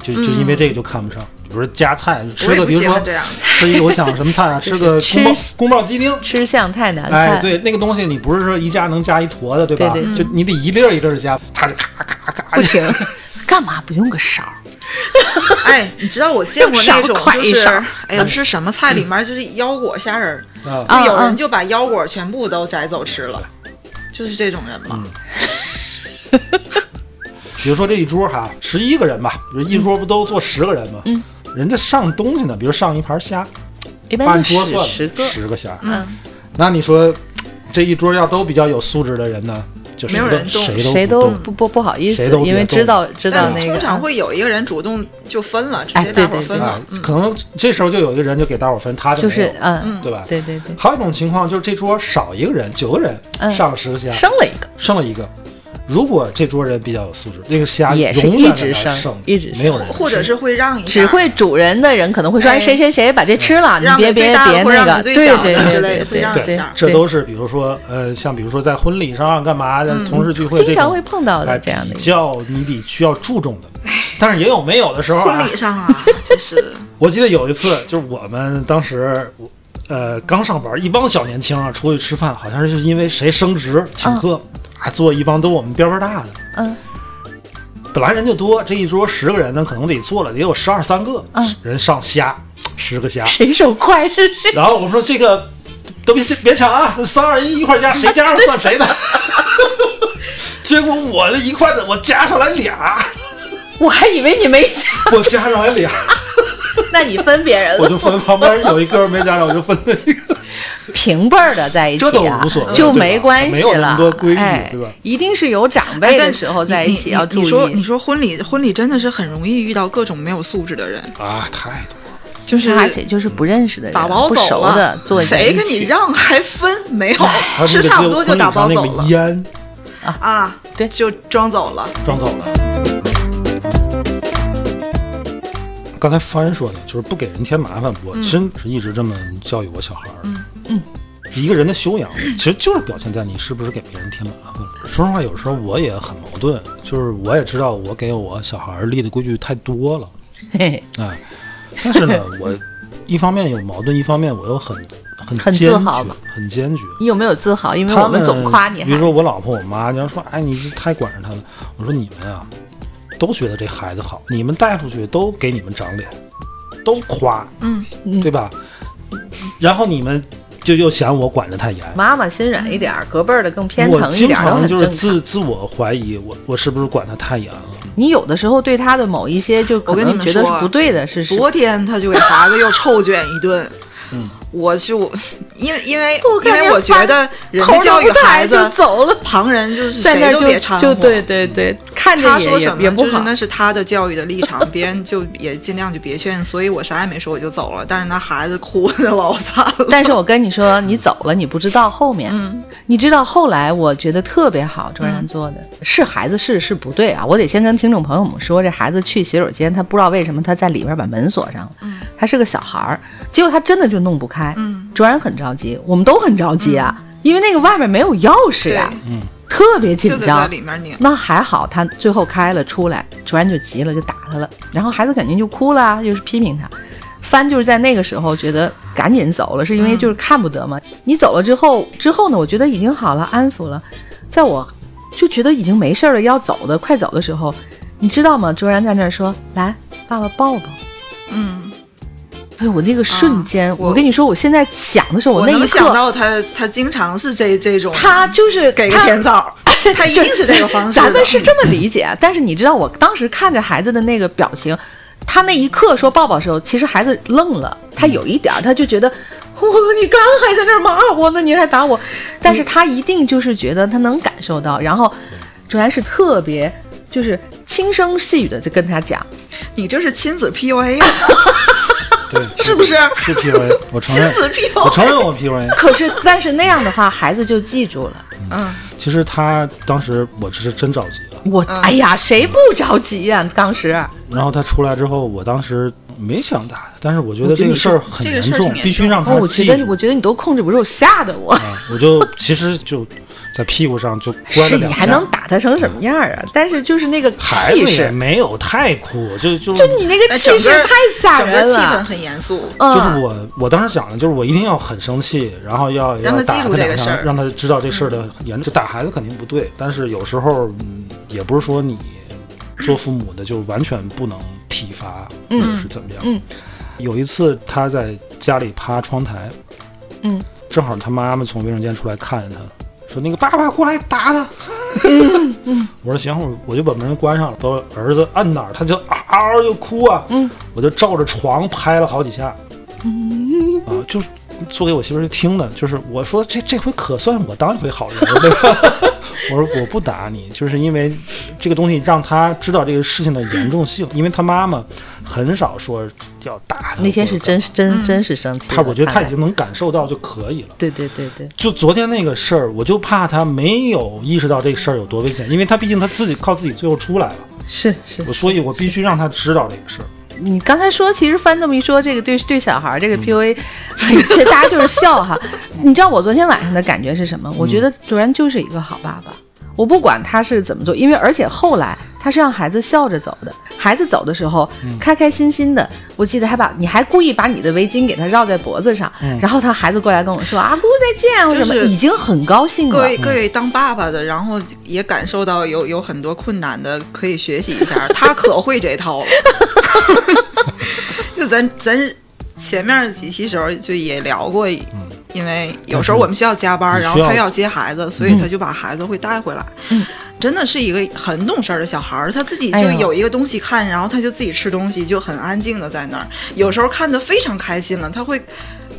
Speaker 1: 就就因为这个就看不上。比如说夹菜，就吃
Speaker 3: 我也
Speaker 1: 个
Speaker 3: 不
Speaker 1: 比如
Speaker 3: 喜
Speaker 1: 说
Speaker 3: 欢这样
Speaker 1: 吃一个我想什么菜啊，吃个
Speaker 2: 吃
Speaker 1: 宫保宫保鸡丁。
Speaker 2: 吃相太难
Speaker 1: 哎，
Speaker 2: 看，
Speaker 1: 对，那个东西你不是说一夹能夹一坨的，对吧？
Speaker 2: 对对
Speaker 1: 就你得一粒儿一粒儿地夹，她就咔咔咔，
Speaker 2: 不停，干嘛不用个勺儿？
Speaker 3: 哎，你知道我见过那种
Speaker 2: 用勺
Speaker 3: 就
Speaker 2: 快一
Speaker 3: 是
Speaker 2: 勺，
Speaker 3: 哎呀，是什么菜里面就是腰果虾仁儿，
Speaker 1: 啊
Speaker 3: 就有
Speaker 2: 啊
Speaker 3: 人就把腰果全部都摘走吃了，就是这种人嘛。
Speaker 1: 比如说这一桌哈，十一个人吧，比如一桌不都坐十个人吗？嗯，人家上东西呢，比如上一盘虾，
Speaker 2: 一般
Speaker 1: 半
Speaker 2: 就
Speaker 1: 桌
Speaker 2: 十
Speaker 1: 算
Speaker 2: 十个，
Speaker 1: 十个虾。嗯，那你说这一桌要都比较有素质的人呢，就谁
Speaker 3: 没有人
Speaker 1: 都
Speaker 3: 动
Speaker 1: 谁
Speaker 2: 谁
Speaker 1: 都
Speaker 2: 都
Speaker 1: 不动
Speaker 2: 不不不好意思
Speaker 1: 谁都，别
Speaker 2: 因为知
Speaker 1: 动
Speaker 2: 道知道
Speaker 3: 但
Speaker 2: 那
Speaker 3: 通
Speaker 2: 个
Speaker 3: 常
Speaker 2: 啊，
Speaker 3: 会有一个人主动就分了，直
Speaker 2: 哎
Speaker 3: 接大
Speaker 2: 对
Speaker 3: 伙
Speaker 2: 对
Speaker 3: 分
Speaker 2: 对
Speaker 3: 了
Speaker 1: 啊。，可能这时候就有一个人就给大伙分，他就
Speaker 2: 就
Speaker 1: 没有
Speaker 2: 是嗯，
Speaker 1: 对吧？
Speaker 2: 对对对，
Speaker 1: 还有一种情况就是这桌少一个人，九个人
Speaker 2: 嗯
Speaker 1: 上了十个虾，
Speaker 2: 生了一个，
Speaker 1: 剩了一个。如果这桌人比较有素质，那个虾
Speaker 2: 也是
Speaker 1: 永远
Speaker 2: 一直
Speaker 1: 在那儿
Speaker 2: 生
Speaker 1: 剩
Speaker 2: 一直生
Speaker 1: 没有人
Speaker 3: 或者
Speaker 1: 吃
Speaker 3: 是会让一下
Speaker 2: 只会主人的人可能会说，
Speaker 3: 哎
Speaker 2: 哎，谁谁谁把这吃了，你
Speaker 3: 让
Speaker 2: 别
Speaker 3: 给最
Speaker 2: 别
Speaker 3: 大的
Speaker 2: 别
Speaker 3: 或
Speaker 2: 那
Speaker 3: 让
Speaker 2: 个，对
Speaker 3: 给
Speaker 2: 对
Speaker 3: 最小的
Speaker 2: 对
Speaker 3: 之
Speaker 2: 对
Speaker 3: 类
Speaker 2: 对
Speaker 3: 的会让
Speaker 2: 对
Speaker 3: 一
Speaker 2: 啊对
Speaker 3: 下，
Speaker 1: 这都是比如说呃，像比如说在婚礼上啊干嘛的，同事聚会
Speaker 2: 经
Speaker 1: 这
Speaker 2: 常
Speaker 1: 种
Speaker 2: 会碰到的
Speaker 1: 哎
Speaker 2: 这样的
Speaker 1: 比
Speaker 2: 一个。
Speaker 1: 较你得需要注重的，但是也有没有的时候、啊。
Speaker 3: 婚礼 上啊，就是
Speaker 1: 我记得有一次，就是我们当时，我呃，刚上班，一帮小年轻啊，出去吃饭，好像是因为谁升职请客，啊，坐一帮都我们边边大的，
Speaker 2: 嗯，
Speaker 1: 本来人就多，这一桌十个人呢，可能得坐了得有十二三个、
Speaker 2: 嗯
Speaker 1: 人上虾，十个虾，
Speaker 2: 谁手快是谁？
Speaker 1: 然后我们说这个 都别别抢啊，三二一一块儿加，谁加上算谁的。 结果我这一筷子我夹上来俩，
Speaker 2: 我还以为你没夹，
Speaker 1: 我夹上来俩，
Speaker 2: 那你分别人了，
Speaker 1: 我就分旁边有一哥们没夹上，我就分了一个。
Speaker 2: 平辈儿的在一起、啊，
Speaker 1: 这都无所谓
Speaker 2: 就
Speaker 1: 对吧
Speaker 2: 没关
Speaker 1: 没
Speaker 2: 系
Speaker 1: 有那
Speaker 2: 了，
Speaker 1: 么多规矩
Speaker 2: 哎
Speaker 1: 对吧
Speaker 2: 一定是有长辈的时候在一起要
Speaker 3: 哎但你
Speaker 2: 注
Speaker 3: 你
Speaker 2: 意。
Speaker 3: 你说你说婚礼婚礼真的是很容易遇到各种没有素质的人，
Speaker 1: 啊，太多了。
Speaker 3: 就是
Speaker 2: 而且就是不认识的人、
Speaker 3: 打包
Speaker 2: 不
Speaker 3: 走
Speaker 2: 熟的
Speaker 3: 了，
Speaker 2: 坐在一
Speaker 3: 谁跟
Speaker 2: 起
Speaker 3: 你让还分没
Speaker 1: 哎还有那
Speaker 3: 有？吃
Speaker 1: 个
Speaker 3: 差不多就打包
Speaker 1: 婚礼上
Speaker 3: 走
Speaker 1: 那
Speaker 3: 了
Speaker 1: 个烟
Speaker 3: 啊，
Speaker 2: 对
Speaker 3: 就装走了。
Speaker 1: 装走了。刚才帆说的，就是不给人添麻烦，我真是一直这么教育我小孩儿。嗯一个人的修养，其实就是表现在你是不是给别人添麻烦了。说实话，有时候我也很矛盾，就是我也知道我给我小孩儿立的规矩太多了，
Speaker 2: 嘿嘿
Speaker 1: 哎，但是 呢，我一方面有矛盾，一方面我又很很
Speaker 2: 很自
Speaker 1: 坚
Speaker 2: 豪
Speaker 1: 决
Speaker 2: 吧，
Speaker 1: 很坚决。
Speaker 2: 你有没有自豪？因为
Speaker 1: 他
Speaker 2: 我们总夸你，
Speaker 1: 比如说我老婆、我妈，你要说哎，你这太管着她了。我说你们啊，都觉得这孩子好，你们带出去都给你们长脸，都夸，嗯，对吧？然后你们就又嫌我管得太严。
Speaker 2: 妈妈心软一点儿，隔辈儿的更偏
Speaker 1: 我
Speaker 2: 疼一
Speaker 1: 经
Speaker 2: 点儿都
Speaker 1: 常
Speaker 2: 很
Speaker 1: 就是
Speaker 2: 正常。
Speaker 1: 自自我怀疑，我我是不是管得太严了？
Speaker 2: 你有的时候对他的某一些就可
Speaker 3: 我跟你
Speaker 2: 能
Speaker 3: 们
Speaker 2: 觉得
Speaker 3: 说
Speaker 2: 是不对的事情，
Speaker 3: 昨天他就给孩子又臭卷一顿。
Speaker 1: 嗯
Speaker 3: 我就因为因为
Speaker 2: 我
Speaker 3: 因
Speaker 2: 看见
Speaker 3: 为我觉得人家教育孩
Speaker 2: 头都不
Speaker 3: 子
Speaker 2: 抬就走了
Speaker 3: 旁人就是
Speaker 2: 在那
Speaker 3: 谁
Speaker 2: 儿
Speaker 3: 都别掺
Speaker 2: 就
Speaker 3: 和。
Speaker 2: 就对对对，看着
Speaker 3: 他
Speaker 2: 也
Speaker 3: 说
Speaker 2: 也
Speaker 3: 什
Speaker 2: 也
Speaker 3: 么
Speaker 2: 不
Speaker 3: 就是
Speaker 2: 好
Speaker 3: 那。是他的教育的立场，别人就也尽量就别劝，所以我啥也没说我就走了。但是那孩子哭的 老惨了。
Speaker 2: 但是我跟你说，你走了，你不知道后面。
Speaker 3: 嗯
Speaker 2: 你知道后来，我觉得特别好，周然做的、
Speaker 3: 嗯
Speaker 2: 是孩子是是不对啊。我得先跟听众朋友们说，这孩子去洗手间，他不知道为什么他在里边把门锁上了。
Speaker 3: 嗯
Speaker 2: 他是个小孩儿，结果他真的就弄不开。卓然很着急，我们都很着急啊，
Speaker 3: 嗯
Speaker 2: 因为那个外面没有钥匙呀、特别紧
Speaker 3: 就在
Speaker 2: 张
Speaker 3: 在。里面拧。
Speaker 2: 那还好，他最后开了出来，卓然就急了，就打他了。然后孩子肯定就哭了，啊就是批评他。帆就是在那个时候觉得赶紧走了，是因为就是看不得嘛。你走了之后，之后呢，我觉得已经好了，安抚了。在我就觉得已经没事儿了，要走的快走的时候，你知道吗？卓然在那儿说：“来，爸爸抱抱。”
Speaker 3: 嗯，
Speaker 2: 哎呦，我那个瞬间，
Speaker 3: 啊
Speaker 2: 我
Speaker 3: 我
Speaker 2: 跟你说，我现在想的时候，
Speaker 3: 我
Speaker 2: 那一
Speaker 3: 能想
Speaker 2: 刻，
Speaker 3: 到他，他经常是这这种，
Speaker 2: 他就是
Speaker 3: 给个
Speaker 2: 他
Speaker 3: 甜枣儿，他一定是这个方
Speaker 1: 啊
Speaker 3: 式的。
Speaker 2: 咱们是这么理解，但是你知道我当时看着孩子的那个表情，他那一刻说抱抱的时候，其实孩子愣了，他有一点儿他就觉得。我你刚还在那儿骂我呢，你还打我，但是他一定就是觉得他能感受到，然后，主要是特别就是轻声细语的在跟他讲，
Speaker 3: 你这是亲子
Speaker 2: 啊
Speaker 3: PUA，
Speaker 1: 对，
Speaker 3: 是不是？
Speaker 1: 是 PUA，我承
Speaker 3: 亲
Speaker 1: 认，
Speaker 3: 子
Speaker 1: 我承
Speaker 3: PUA，
Speaker 1: 认我 PUA。
Speaker 2: 可是但是那样的话，孩子就记住了。
Speaker 3: 嗯，
Speaker 1: 其实他当时我是真着急了，
Speaker 2: 我、哎呀，谁不着急呀、当时
Speaker 1: 然后他出来之后，我当时没想打他，但是我觉得这个事儿很
Speaker 3: 这个
Speaker 1: 严
Speaker 3: 事儿挺
Speaker 1: 重，
Speaker 3: 严
Speaker 1: 必须
Speaker 3: 重
Speaker 1: 让
Speaker 2: 哦，
Speaker 1: 他
Speaker 2: 我
Speaker 1: 记
Speaker 2: 觉
Speaker 1: 住。
Speaker 2: 得我觉得你都控制不住，吓得我。
Speaker 1: 啊，我就其实就在屁股上就乖了
Speaker 2: 是
Speaker 1: 两
Speaker 2: 你
Speaker 1: 下。
Speaker 2: 还能打他成什么样啊？但是就是那个
Speaker 1: 孩
Speaker 2: 气
Speaker 1: 子也
Speaker 2: 势，
Speaker 1: 没有太哭，就就
Speaker 2: 就你那个
Speaker 3: 那
Speaker 2: 气
Speaker 3: 整
Speaker 2: 势
Speaker 3: 个
Speaker 2: 太吓
Speaker 3: 整
Speaker 2: 人
Speaker 3: 个气氛
Speaker 2: 了。
Speaker 3: 很严肃。
Speaker 2: 嗯，
Speaker 1: 就是我我当时想的就是我一定要很生气，然后要
Speaker 3: 让
Speaker 1: 要
Speaker 3: 他
Speaker 1: 打
Speaker 3: 记住
Speaker 1: 他
Speaker 3: 这
Speaker 1: 两
Speaker 3: 个
Speaker 1: 下
Speaker 3: 事儿嗯
Speaker 1: 让他知道这事儿的严重。就打孩子肯定不对，但是有时候、嗯、也不是说你做父母的就完全不能体罚或者是怎么样。
Speaker 2: 嗯
Speaker 1: 有一次他在家里趴窗台，
Speaker 2: 嗯，
Speaker 1: 正好他妈妈从卫生间出来看见他，说那个爸爸过来打他。我说行，我我就把门关上了。把我儿子按哪儿，他就嗷嗷就哭啊。嗯，我就照着床拍了好几下。嗯啊，就是做给我媳妇儿听的，就是我说这这回可算我当一回好人了。对吧 我说我不打你，就是因为这个东西让他知道这个事情的严重性，因为他妈妈很少说要打他。
Speaker 2: 那天是真
Speaker 1: 或者干嘛，
Speaker 2: 是真
Speaker 3: 嗯
Speaker 2: 真是生气了。
Speaker 1: 他我觉得他
Speaker 2: 看
Speaker 1: 已
Speaker 2: 来
Speaker 1: 经能感受到就可以了。
Speaker 2: 对对对对，
Speaker 1: 就昨天那个事儿，我就怕他没有意识到这事儿有多危险，因为他毕竟他自己靠自己最后出来了，
Speaker 2: 是是
Speaker 1: 我。所以我必须让他知道这个事儿。
Speaker 2: 你刚才说，其实翻这么一说，这个对对小孩儿这个 PUA，、这大家就是笑哈。你知道我昨天晚上的感觉是什么？我觉得卓然就是一个好爸爸。我不管他是怎么做，因为而且后来他是让孩子笑着走的，孩子走的时候、开开心心的。我记得还把你还故意把你的围巾给他绕在脖子上，然后他孩子过来跟我说：“阿姑再见。”或者什么，
Speaker 3: 就是
Speaker 2: 已经很高兴
Speaker 3: 各
Speaker 2: 了
Speaker 3: 位。
Speaker 1: 嗯
Speaker 3: 各位当爸爸的，然后也感受到有有很多困难的，可以学习一下。他可会这套了， 就咱咱前面几期时候就也聊过，因为有时候我们需要加
Speaker 1: 嗯
Speaker 3: 班，
Speaker 1: 你需要嗯
Speaker 3: 然后他又要接孩子，所以他就把孩子会带回来。真的是一个很懂事儿的小孩儿，他自己
Speaker 2: 哎
Speaker 3: 就
Speaker 2: 呦
Speaker 3: 有一个东西看，然后他就自己吃东西，就很安静的在那儿。有时候看的非常开心了，他会。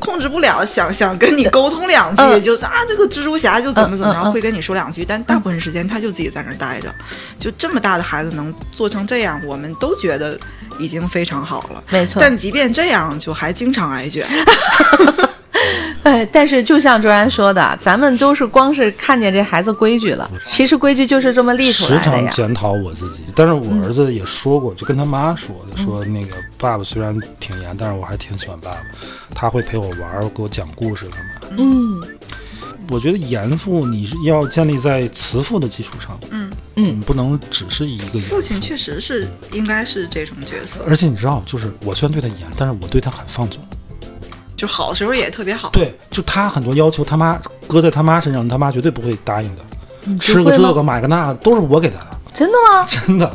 Speaker 3: 控制不了，想想跟你沟通两句，
Speaker 2: 嗯
Speaker 3: 就啊，这个蜘蛛侠就怎么怎
Speaker 2: 嗯
Speaker 3: 么
Speaker 2: 嗯
Speaker 3: 着，
Speaker 2: 嗯
Speaker 3: 会跟你说两句，但大部分时间他就自己在那儿待着。就这么大的孩子能做成这样，我们都觉得已经非常好了。
Speaker 2: 没错
Speaker 3: 但即便这样，就还经常挨卷。
Speaker 2: 哎，但是就像卓然说的，咱们都是光是看见这孩子规矩了，其实规矩就是这么立出
Speaker 1: 时
Speaker 2: 来的
Speaker 1: 常
Speaker 2: 呀。
Speaker 1: 检讨我自己，但是我儿子也说过，就跟他妈说的，说那个爸爸虽然挺严，但是我还挺喜欢爸爸，他会陪我玩儿，给我讲故事干嘛。
Speaker 2: 嗯，
Speaker 1: 我觉得严父你是要建立在慈父的基础上，嗯嗯，不能只是一个严
Speaker 3: 父亲确实是应该是这种角色，
Speaker 1: 而且你知道，就是我虽然对他严，但是我对他很放纵。
Speaker 3: 就好时候也特别好。
Speaker 1: 对，就他很多要求，他妈搁在他妈身上，他妈绝对不会答应的。吃
Speaker 2: 不
Speaker 1: 个
Speaker 2: 会
Speaker 1: 这
Speaker 2: 吗
Speaker 1: 个，买个那个，都是我给他的，
Speaker 2: 真的吗？
Speaker 1: 真的。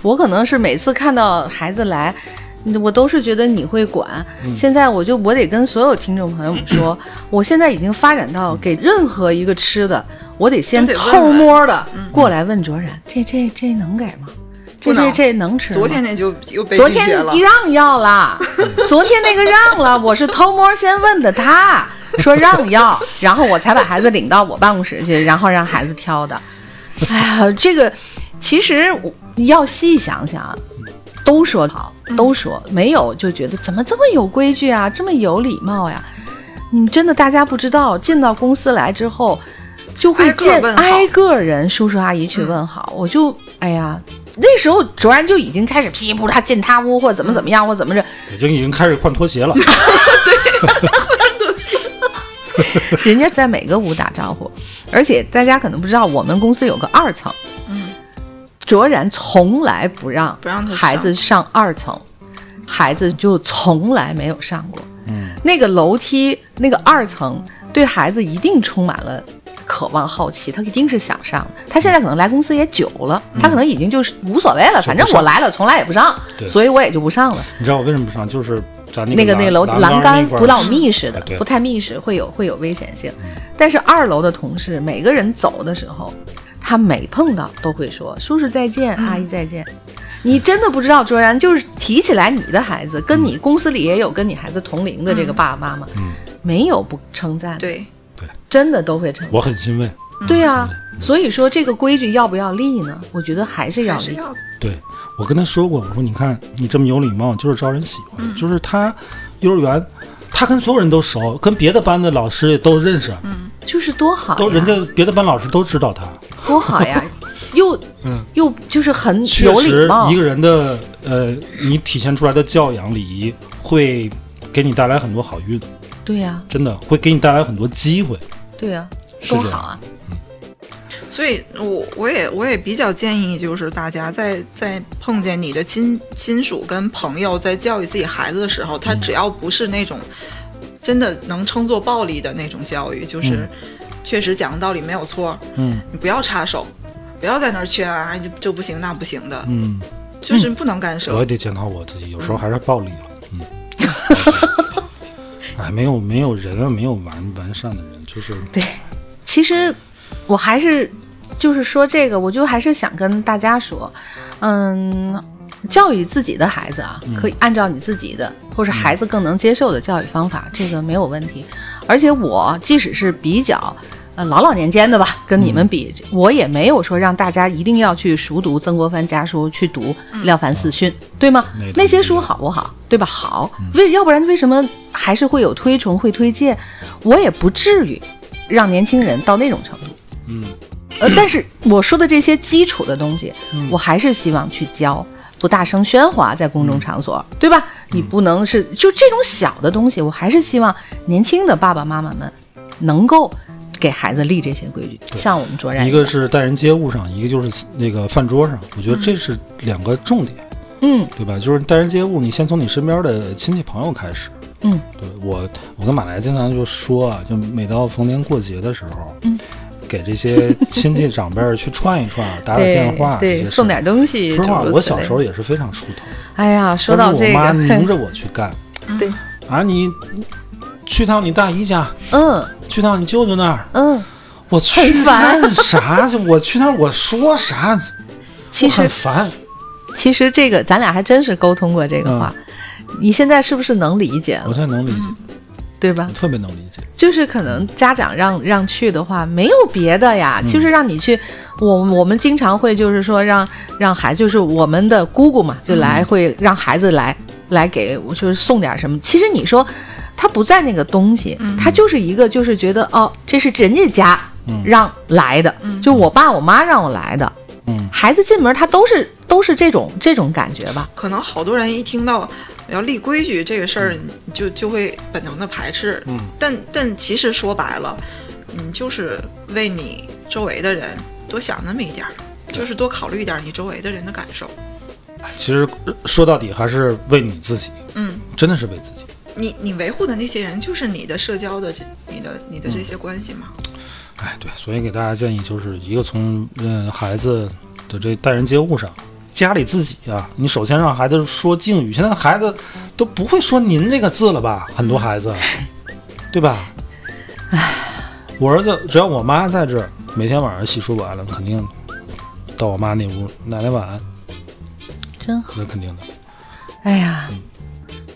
Speaker 2: 我可能是每次看到孩子来，我都是觉得你会管。
Speaker 1: 嗯
Speaker 2: 现在我就我得跟所有听众朋友 们说，我现在已经发展到给任何一个吃的，我得先
Speaker 3: 都得问嗯
Speaker 2: 偷摸的过来问卓然，这这这能给吗？这
Speaker 3: 不
Speaker 2: 这
Speaker 3: 能
Speaker 2: 这能吃吗？
Speaker 3: 昨天那就又被
Speaker 2: 昨
Speaker 3: 拒
Speaker 2: 天
Speaker 3: 绝了
Speaker 2: 一。让要了，昨天那个让了，我是偷摸先问的他，说让要，然后我才把孩子领到我办公室去，然后让孩子挑的。哎呀，这个其实我要细想想，都说好，都
Speaker 3: 嗯
Speaker 2: 说没有就觉得怎么这么有规矩啊，这么有礼貌呀、你真的大家不知道，进到公司来之后，就会
Speaker 3: 挨个
Speaker 2: 见
Speaker 3: 问好嗯
Speaker 2: 挨个人叔叔阿姨去问好，我就哎呀。那时候卓然就已经开始噼里啪啦进他屋，或怎么怎么样，或怎么着，
Speaker 1: 已经已经开始换拖 鞋了，
Speaker 2: 人家在每个屋打招呼，而且大家可能不知道，我们公司有个二层，
Speaker 3: 嗯，
Speaker 2: 卓然从来不让
Speaker 3: 不让他上
Speaker 2: 孩子上二层，孩子就从来没有上过，嗯，那个楼梯那个二层对孩子一定充满了。渴望好奇，他一定是想上的。他现在可能来公司也久了，
Speaker 3: 嗯
Speaker 2: 他可能已经就是无所谓了，反正我来了，从来也不上，
Speaker 1: 对
Speaker 2: 所以我也就不上了。
Speaker 1: 你知道我为什么不上？就是咱
Speaker 2: 那
Speaker 1: 个
Speaker 2: 个那个楼
Speaker 1: 栏
Speaker 2: 栏
Speaker 1: 杆
Speaker 2: 杆
Speaker 1: 那块儿
Speaker 2: 不老密实的
Speaker 1: 哎，对嗯
Speaker 2: 不太密实，会有会有危险性。但是二楼的同事每个人走的时候，他每碰到都会说：“叔叔再见，阿姨再见。”你真的不知道，卓然就是提起来你的孩子，跟
Speaker 1: 嗯
Speaker 2: 你公司里也有跟你孩子同龄的这个爸爸妈妈，没有不称赞的，
Speaker 3: 嗯对，
Speaker 2: 真的都会称赞。
Speaker 1: 我嗯很欣慰。
Speaker 2: 对啊，所以说这个规矩要不要立呢？我觉得还是要
Speaker 3: 还是
Speaker 2: 立。
Speaker 3: 要
Speaker 1: 对我跟他说过，我说你看你这么有礼貌，就是招人喜欢。
Speaker 2: 嗯
Speaker 1: 就是他幼儿园，他跟所有人都熟，跟别的班的老师也都认识，
Speaker 2: 就是多嗯哎好呀，
Speaker 1: 都人家别的班老师都知道他。
Speaker 2: 多好呀， 又又就是很
Speaker 1: 嗯确
Speaker 2: 有礼
Speaker 1: 实
Speaker 2: 貌，
Speaker 1: 一个人的呃，你体现出来的教养礼仪会给你带来很多好运，
Speaker 2: 对呀、
Speaker 1: 真的会给你带来很多机会。
Speaker 2: 对呀、
Speaker 1: 是
Speaker 2: 多
Speaker 1: 这样
Speaker 2: 好啊！
Speaker 3: 所以我我也我也比较建议，就是大家在在碰见你的亲亲属跟朋友在教育自己孩子的时候，他只要不是那种真的能称作暴力的那种教育，就是确实讲的道理没有错，
Speaker 1: 嗯，
Speaker 3: 你不要插手，不要在那儿劝啊，这这不行那不行的，
Speaker 1: 嗯，
Speaker 3: 就是不能干
Speaker 1: 我也
Speaker 3: 涉。
Speaker 1: 得检讨我自己，有时候还是暴力了。嗯，哎，没有没有人啊，没有完完善的人，就是
Speaker 2: 对，其实我还是就是说这个，我就还是想跟大家说，嗯，教育自己的孩子啊，可以按照你自己的或是孩子更能接受的教育方法，这个没有问题。而且我即使是比较。呃，老老年间的吧，跟你们比，我也没有说让大家一定要去熟读曾国藩家书，去读廖凡四训，对吗
Speaker 1: 那？倒
Speaker 2: 那些
Speaker 1: 是
Speaker 2: 书好不好，对吧？好，为要不然为什么还是会有推崇、会推荐？我也不至于让年轻人到那种程度。嗯，呃，但是我说的这些基础的东西，
Speaker 1: 嗯
Speaker 2: 我还是希望去教，不大声喧哗在公众场所，
Speaker 1: 嗯
Speaker 2: 对吧？你不能是就这种小的东西，我还是希望年轻的爸爸妈妈们能够给孩子立这些规矩，像我们卓然
Speaker 1: 一个是待人接物上，一个就是那个饭桌上，我觉得这是两个重点，
Speaker 2: 嗯
Speaker 1: 对吧？就是待人接物，你先从你身边的亲戚朋友开始。
Speaker 2: 嗯，
Speaker 1: 对我，我跟马来经常就说啊，就每到逢年过节的时候，嗯，给这些亲戚长辈儿去串一串，打打电话，这些
Speaker 2: 对，
Speaker 1: 事儿
Speaker 2: 送点。东西。
Speaker 1: 说实话，
Speaker 2: 诸如
Speaker 1: 我
Speaker 2: 此类
Speaker 1: 小时候，也是非常出头，
Speaker 2: 哎呀，说到
Speaker 1: 但是
Speaker 2: 这
Speaker 1: 我 妈拧
Speaker 2: 个，
Speaker 1: 着我去干
Speaker 2: 对，
Speaker 1: 啊，你去趟你大姨家，
Speaker 2: 嗯
Speaker 1: 去趟你舅舅那儿，
Speaker 2: 嗯，
Speaker 1: 我去
Speaker 2: 很烦
Speaker 1: 干啥去？我去那儿我说啥？
Speaker 2: 其
Speaker 1: 我
Speaker 2: 实
Speaker 1: 很烦。
Speaker 2: 其实这个咱俩还真是沟通过这个
Speaker 1: 嗯
Speaker 2: 话，你现在是不是能理解
Speaker 1: 我
Speaker 2: 了，
Speaker 1: 现在能理解，
Speaker 2: 嗯对吧
Speaker 1: 我？特别能理解。
Speaker 2: 就是可能家长让让去的话，没有别的呀，就是让你去。我我们经常会就是说让让孩就是我们的姑姑嘛，就来会让孩子来来给我就是送点什么。其实你说他不在那个东西，他就是一个就是觉得哦，这是人家家让来的，就我爸我妈让我来的。
Speaker 1: 嗯
Speaker 2: 孩子进门他都是都是这种这种感觉吧？
Speaker 3: 可能好多人一听到要立规矩这个事儿，你就就会本能的排斥。嗯，但但其实说白了，你就是为你周围的人多想那么一点儿，就是多考虑一点儿你周围的人的感受。
Speaker 1: 其实呃说到底还是为你自己，
Speaker 3: 嗯，
Speaker 1: 真的是为自己。
Speaker 3: 你你维护的那些人，就是你的社交的这、你的你的这些关系嘛。
Speaker 1: 哎，对，所以给大家建议就是一个从嗯孩子的这待人接物上，家里自己啊，你首先让孩子说敬语。现在孩子都不会说“您”这个字了 吧？很多孩子，对吧？我儿子只要我妈在这儿，每天晚上洗漱完了，肯定到我妈那屋，奶奶晚安，
Speaker 2: 真好。
Speaker 1: 这是肯定的。
Speaker 2: 哎呀，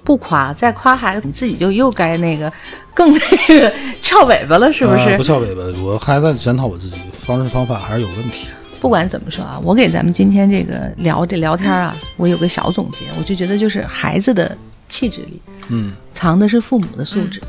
Speaker 2: 不夸，再夸孩子，你自己就又该那个，更 那个翘尾巴了，是不是？
Speaker 1: 啊不翘尾巴，我还在检讨我自己，方式方法还是有问题。
Speaker 2: 不管怎么说啊，我给咱们今天这个聊这聊天啊，我有个小总结，我就觉得就是孩子的气质里
Speaker 1: 嗯，
Speaker 2: 藏的是父母的素质，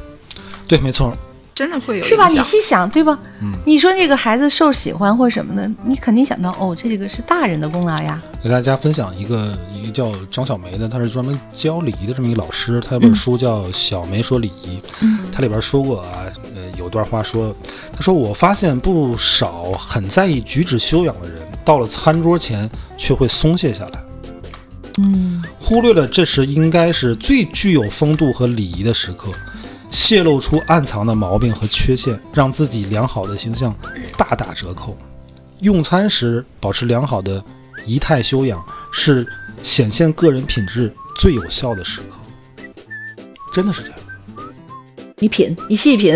Speaker 1: 对，没错。
Speaker 3: 真的会有
Speaker 2: 是吧？你
Speaker 3: 影 响
Speaker 2: 细想，对吧？
Speaker 1: 嗯
Speaker 2: 你说这个孩子受喜欢或什么的，你肯定想到哦，这个是大人的功劳呀。
Speaker 1: 给大家分享一个一个叫张小梅的，她是专门教礼仪的这么一个老师，她有本书叫《小梅说礼仪》，她里边说过啊，呃，有段话说，她说我发现不少很在意举止修养的人，到了餐桌前却会松懈下来，嗯，忽略了这时应该是最具有风度和礼仪的时刻，泄露出暗藏的毛病和缺陷，让自己良好的形象大打折扣。用餐时保持良好的仪态修养，是显现个人品质最有效的时刻。真的是 这样。
Speaker 2: 你品，你细品，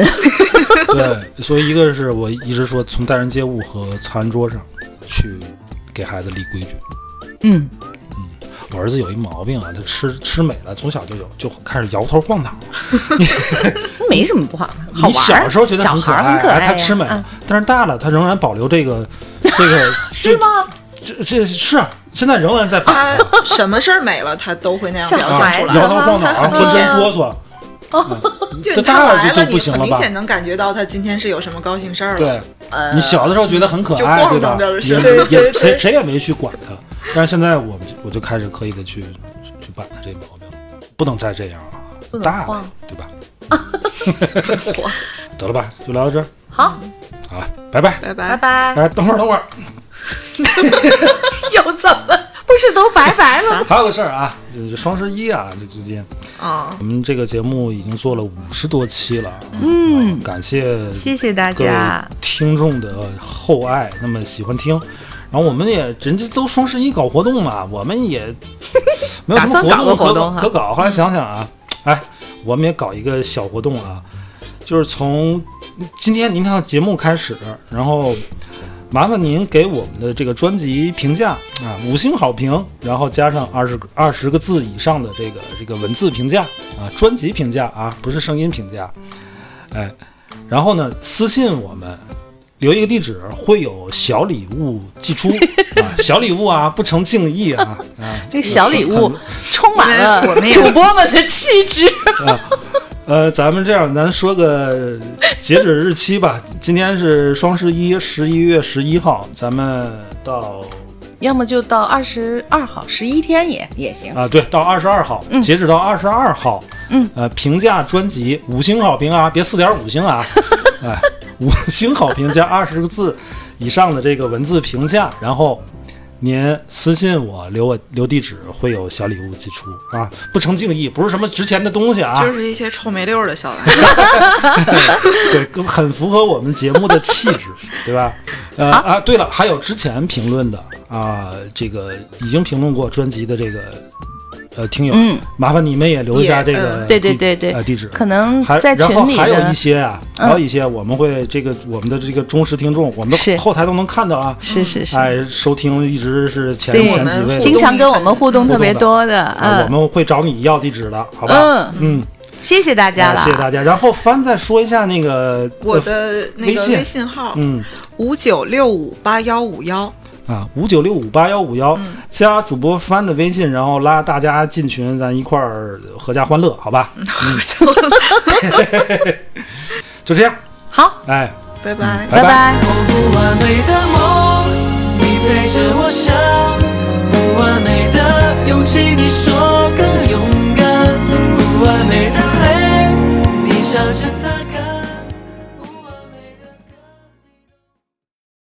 Speaker 1: 对，所以一个是我一直说从待人接物和餐桌上去给孩子立规矩。
Speaker 2: 嗯，
Speaker 1: 我儿子有一毛病啊，他吃吃美了，从小就有，就开始摇头晃脑。
Speaker 2: 没什么不好，好
Speaker 1: 你
Speaker 2: 玩儿。
Speaker 1: 小时候觉得
Speaker 2: 小
Speaker 1: 很可
Speaker 2: 孩儿很
Speaker 1: 爱，哎
Speaker 2: 可爱呀，
Speaker 1: 他吃美了，
Speaker 2: 啊
Speaker 1: 但是大了他仍然保留这个这个
Speaker 2: 是吗？
Speaker 1: 这？这这是啊现在仍然在保留。
Speaker 3: 他呃什么事儿没了，他都 会那样
Speaker 2: 像
Speaker 3: 表
Speaker 2: 孩
Speaker 3: 现
Speaker 2: 子
Speaker 3: 出
Speaker 2: 啊
Speaker 3: 来。
Speaker 1: 摇头晃脑，
Speaker 3: 他
Speaker 1: 啊，
Speaker 3: 很
Speaker 1: 浑
Speaker 3: 明显
Speaker 1: 身，哆嗦。
Speaker 3: 就
Speaker 1: 这
Speaker 3: 他
Speaker 1: 大
Speaker 3: 来
Speaker 1: 了就
Speaker 3: 了，
Speaker 1: 就不
Speaker 3: 你
Speaker 1: 行
Speaker 3: 很
Speaker 1: 了
Speaker 3: 明
Speaker 1: 吧？
Speaker 3: 显能感觉到他今天是有什么高兴事儿了。
Speaker 1: 对，你小的时候觉得很可爱，
Speaker 3: 就
Speaker 1: 对
Speaker 3: 逛
Speaker 1: 吧
Speaker 3: 荡着了？是
Speaker 1: 也
Speaker 3: 对对
Speaker 1: 也
Speaker 3: 对
Speaker 1: 谁谁也没去管他，但是现在我们就我就开始刻意的去去办他这毛病，不能再这样了，
Speaker 2: 能
Speaker 1: 大
Speaker 2: 晃
Speaker 1: 了，对 吧？ 得了吧，就聊到这儿，
Speaker 2: 好，
Speaker 1: 好了，拜拜。
Speaker 3: 拜
Speaker 2: 拜
Speaker 3: 拜。
Speaker 2: 拜。
Speaker 1: 哎，等会儿，等会儿，
Speaker 2: 又怎么不是都拜拜了吗？
Speaker 1: 还有个事儿啊，就是双十一啊，这之间，
Speaker 3: 啊、
Speaker 1: 我们这个节目已经做了五十多期了，嗯，感谢
Speaker 2: 谢谢大
Speaker 1: 各位
Speaker 2: 家，
Speaker 1: 听众的厚爱，那么喜欢听。然后我们也人家都双十一搞活动嘛，我们也没有
Speaker 2: 打
Speaker 1: 什么
Speaker 2: 算
Speaker 1: 活动
Speaker 2: 搞个
Speaker 1: 可
Speaker 2: 活动哈
Speaker 1: 可搞。后来想想啊，哎，我们也搞一个小活动啊，就是从今天您看到节目开始，然后麻烦您给我们的这个专辑评价啊五星好评，然后加上二十二十个字以上的这个这个文字评价啊，专辑评价啊，不是声音评价，哎，然后呢私信我们。留一个地址，会有小礼物寄 出啊，小礼物啊，不成敬意啊啊，
Speaker 2: 这个小礼物
Speaker 1: 很
Speaker 2: 充满了
Speaker 3: 因为我们也
Speaker 2: 主播们的气质。
Speaker 1: 呃，咱们这样，咱说个截止日期吧。 今天是双十一，十一月十一号，咱们到
Speaker 2: 要么就到二十二号，十一天也也行。
Speaker 1: 啊，对，到二十二
Speaker 3: 嗯
Speaker 1: 号，截止到二十二号。嗯，呃，评价专辑五星好评啊，别四点五星 啊，哎，五星好评加二十个字以上的这个文字评价，然后您私信我，留我留地址，会有小礼物寄出啊，不成敬意，不是什么值钱的东西啊，
Speaker 3: 就是一些臭没溜儿的小玩 意儿。
Speaker 1: 对，更很符合我们节目的气质， 对吧？呃啊，对了，还有之前评论的啊，这个已经评论过专辑的这个呃听友，
Speaker 2: 嗯，
Speaker 1: 麻烦你们也留下
Speaker 3: 也
Speaker 1: 这个
Speaker 2: 嗯对对
Speaker 1: 地
Speaker 2: 对对
Speaker 1: 呃地址，
Speaker 2: 可能
Speaker 1: 还
Speaker 2: 在群
Speaker 1: 然后
Speaker 2: 里
Speaker 1: 还有
Speaker 2: 的嗯
Speaker 1: 一些啊，还有一些我们会这个我们的这个忠实听众，我们
Speaker 2: 是
Speaker 1: 的后台都能看到啊，
Speaker 2: 是是是，
Speaker 1: 哎，收听一直是前
Speaker 2: 对
Speaker 1: 前几位，
Speaker 2: 经常跟我们互动
Speaker 1: 互动
Speaker 2: 特别
Speaker 1: 的
Speaker 2: 多的，
Speaker 1: 呃我
Speaker 2: 嗯
Speaker 1: 们会找你要地址的，好吧？
Speaker 2: 嗯，
Speaker 1: 嗯，
Speaker 2: 谢谢大家
Speaker 1: 啊
Speaker 2: 了，
Speaker 1: 谢谢大家。然后帆再说一下那个
Speaker 3: 我
Speaker 1: 呃
Speaker 3: 的那
Speaker 1: 微
Speaker 3: 个
Speaker 1: 信
Speaker 3: 微信号
Speaker 1: 嗯
Speaker 3: 五九六五八幺五幺，
Speaker 1: 啊，五九六五八幺五幺加主播帆的微信，然后拉大家进群，咱一块儿合家欢乐，好吧？嗯 就这样，
Speaker 2: 好，
Speaker 1: 哎，
Speaker 3: 拜拜。
Speaker 2: 拜
Speaker 1: 拜
Speaker 2: 拜
Speaker 7: 不完美的梦，你陪着我想。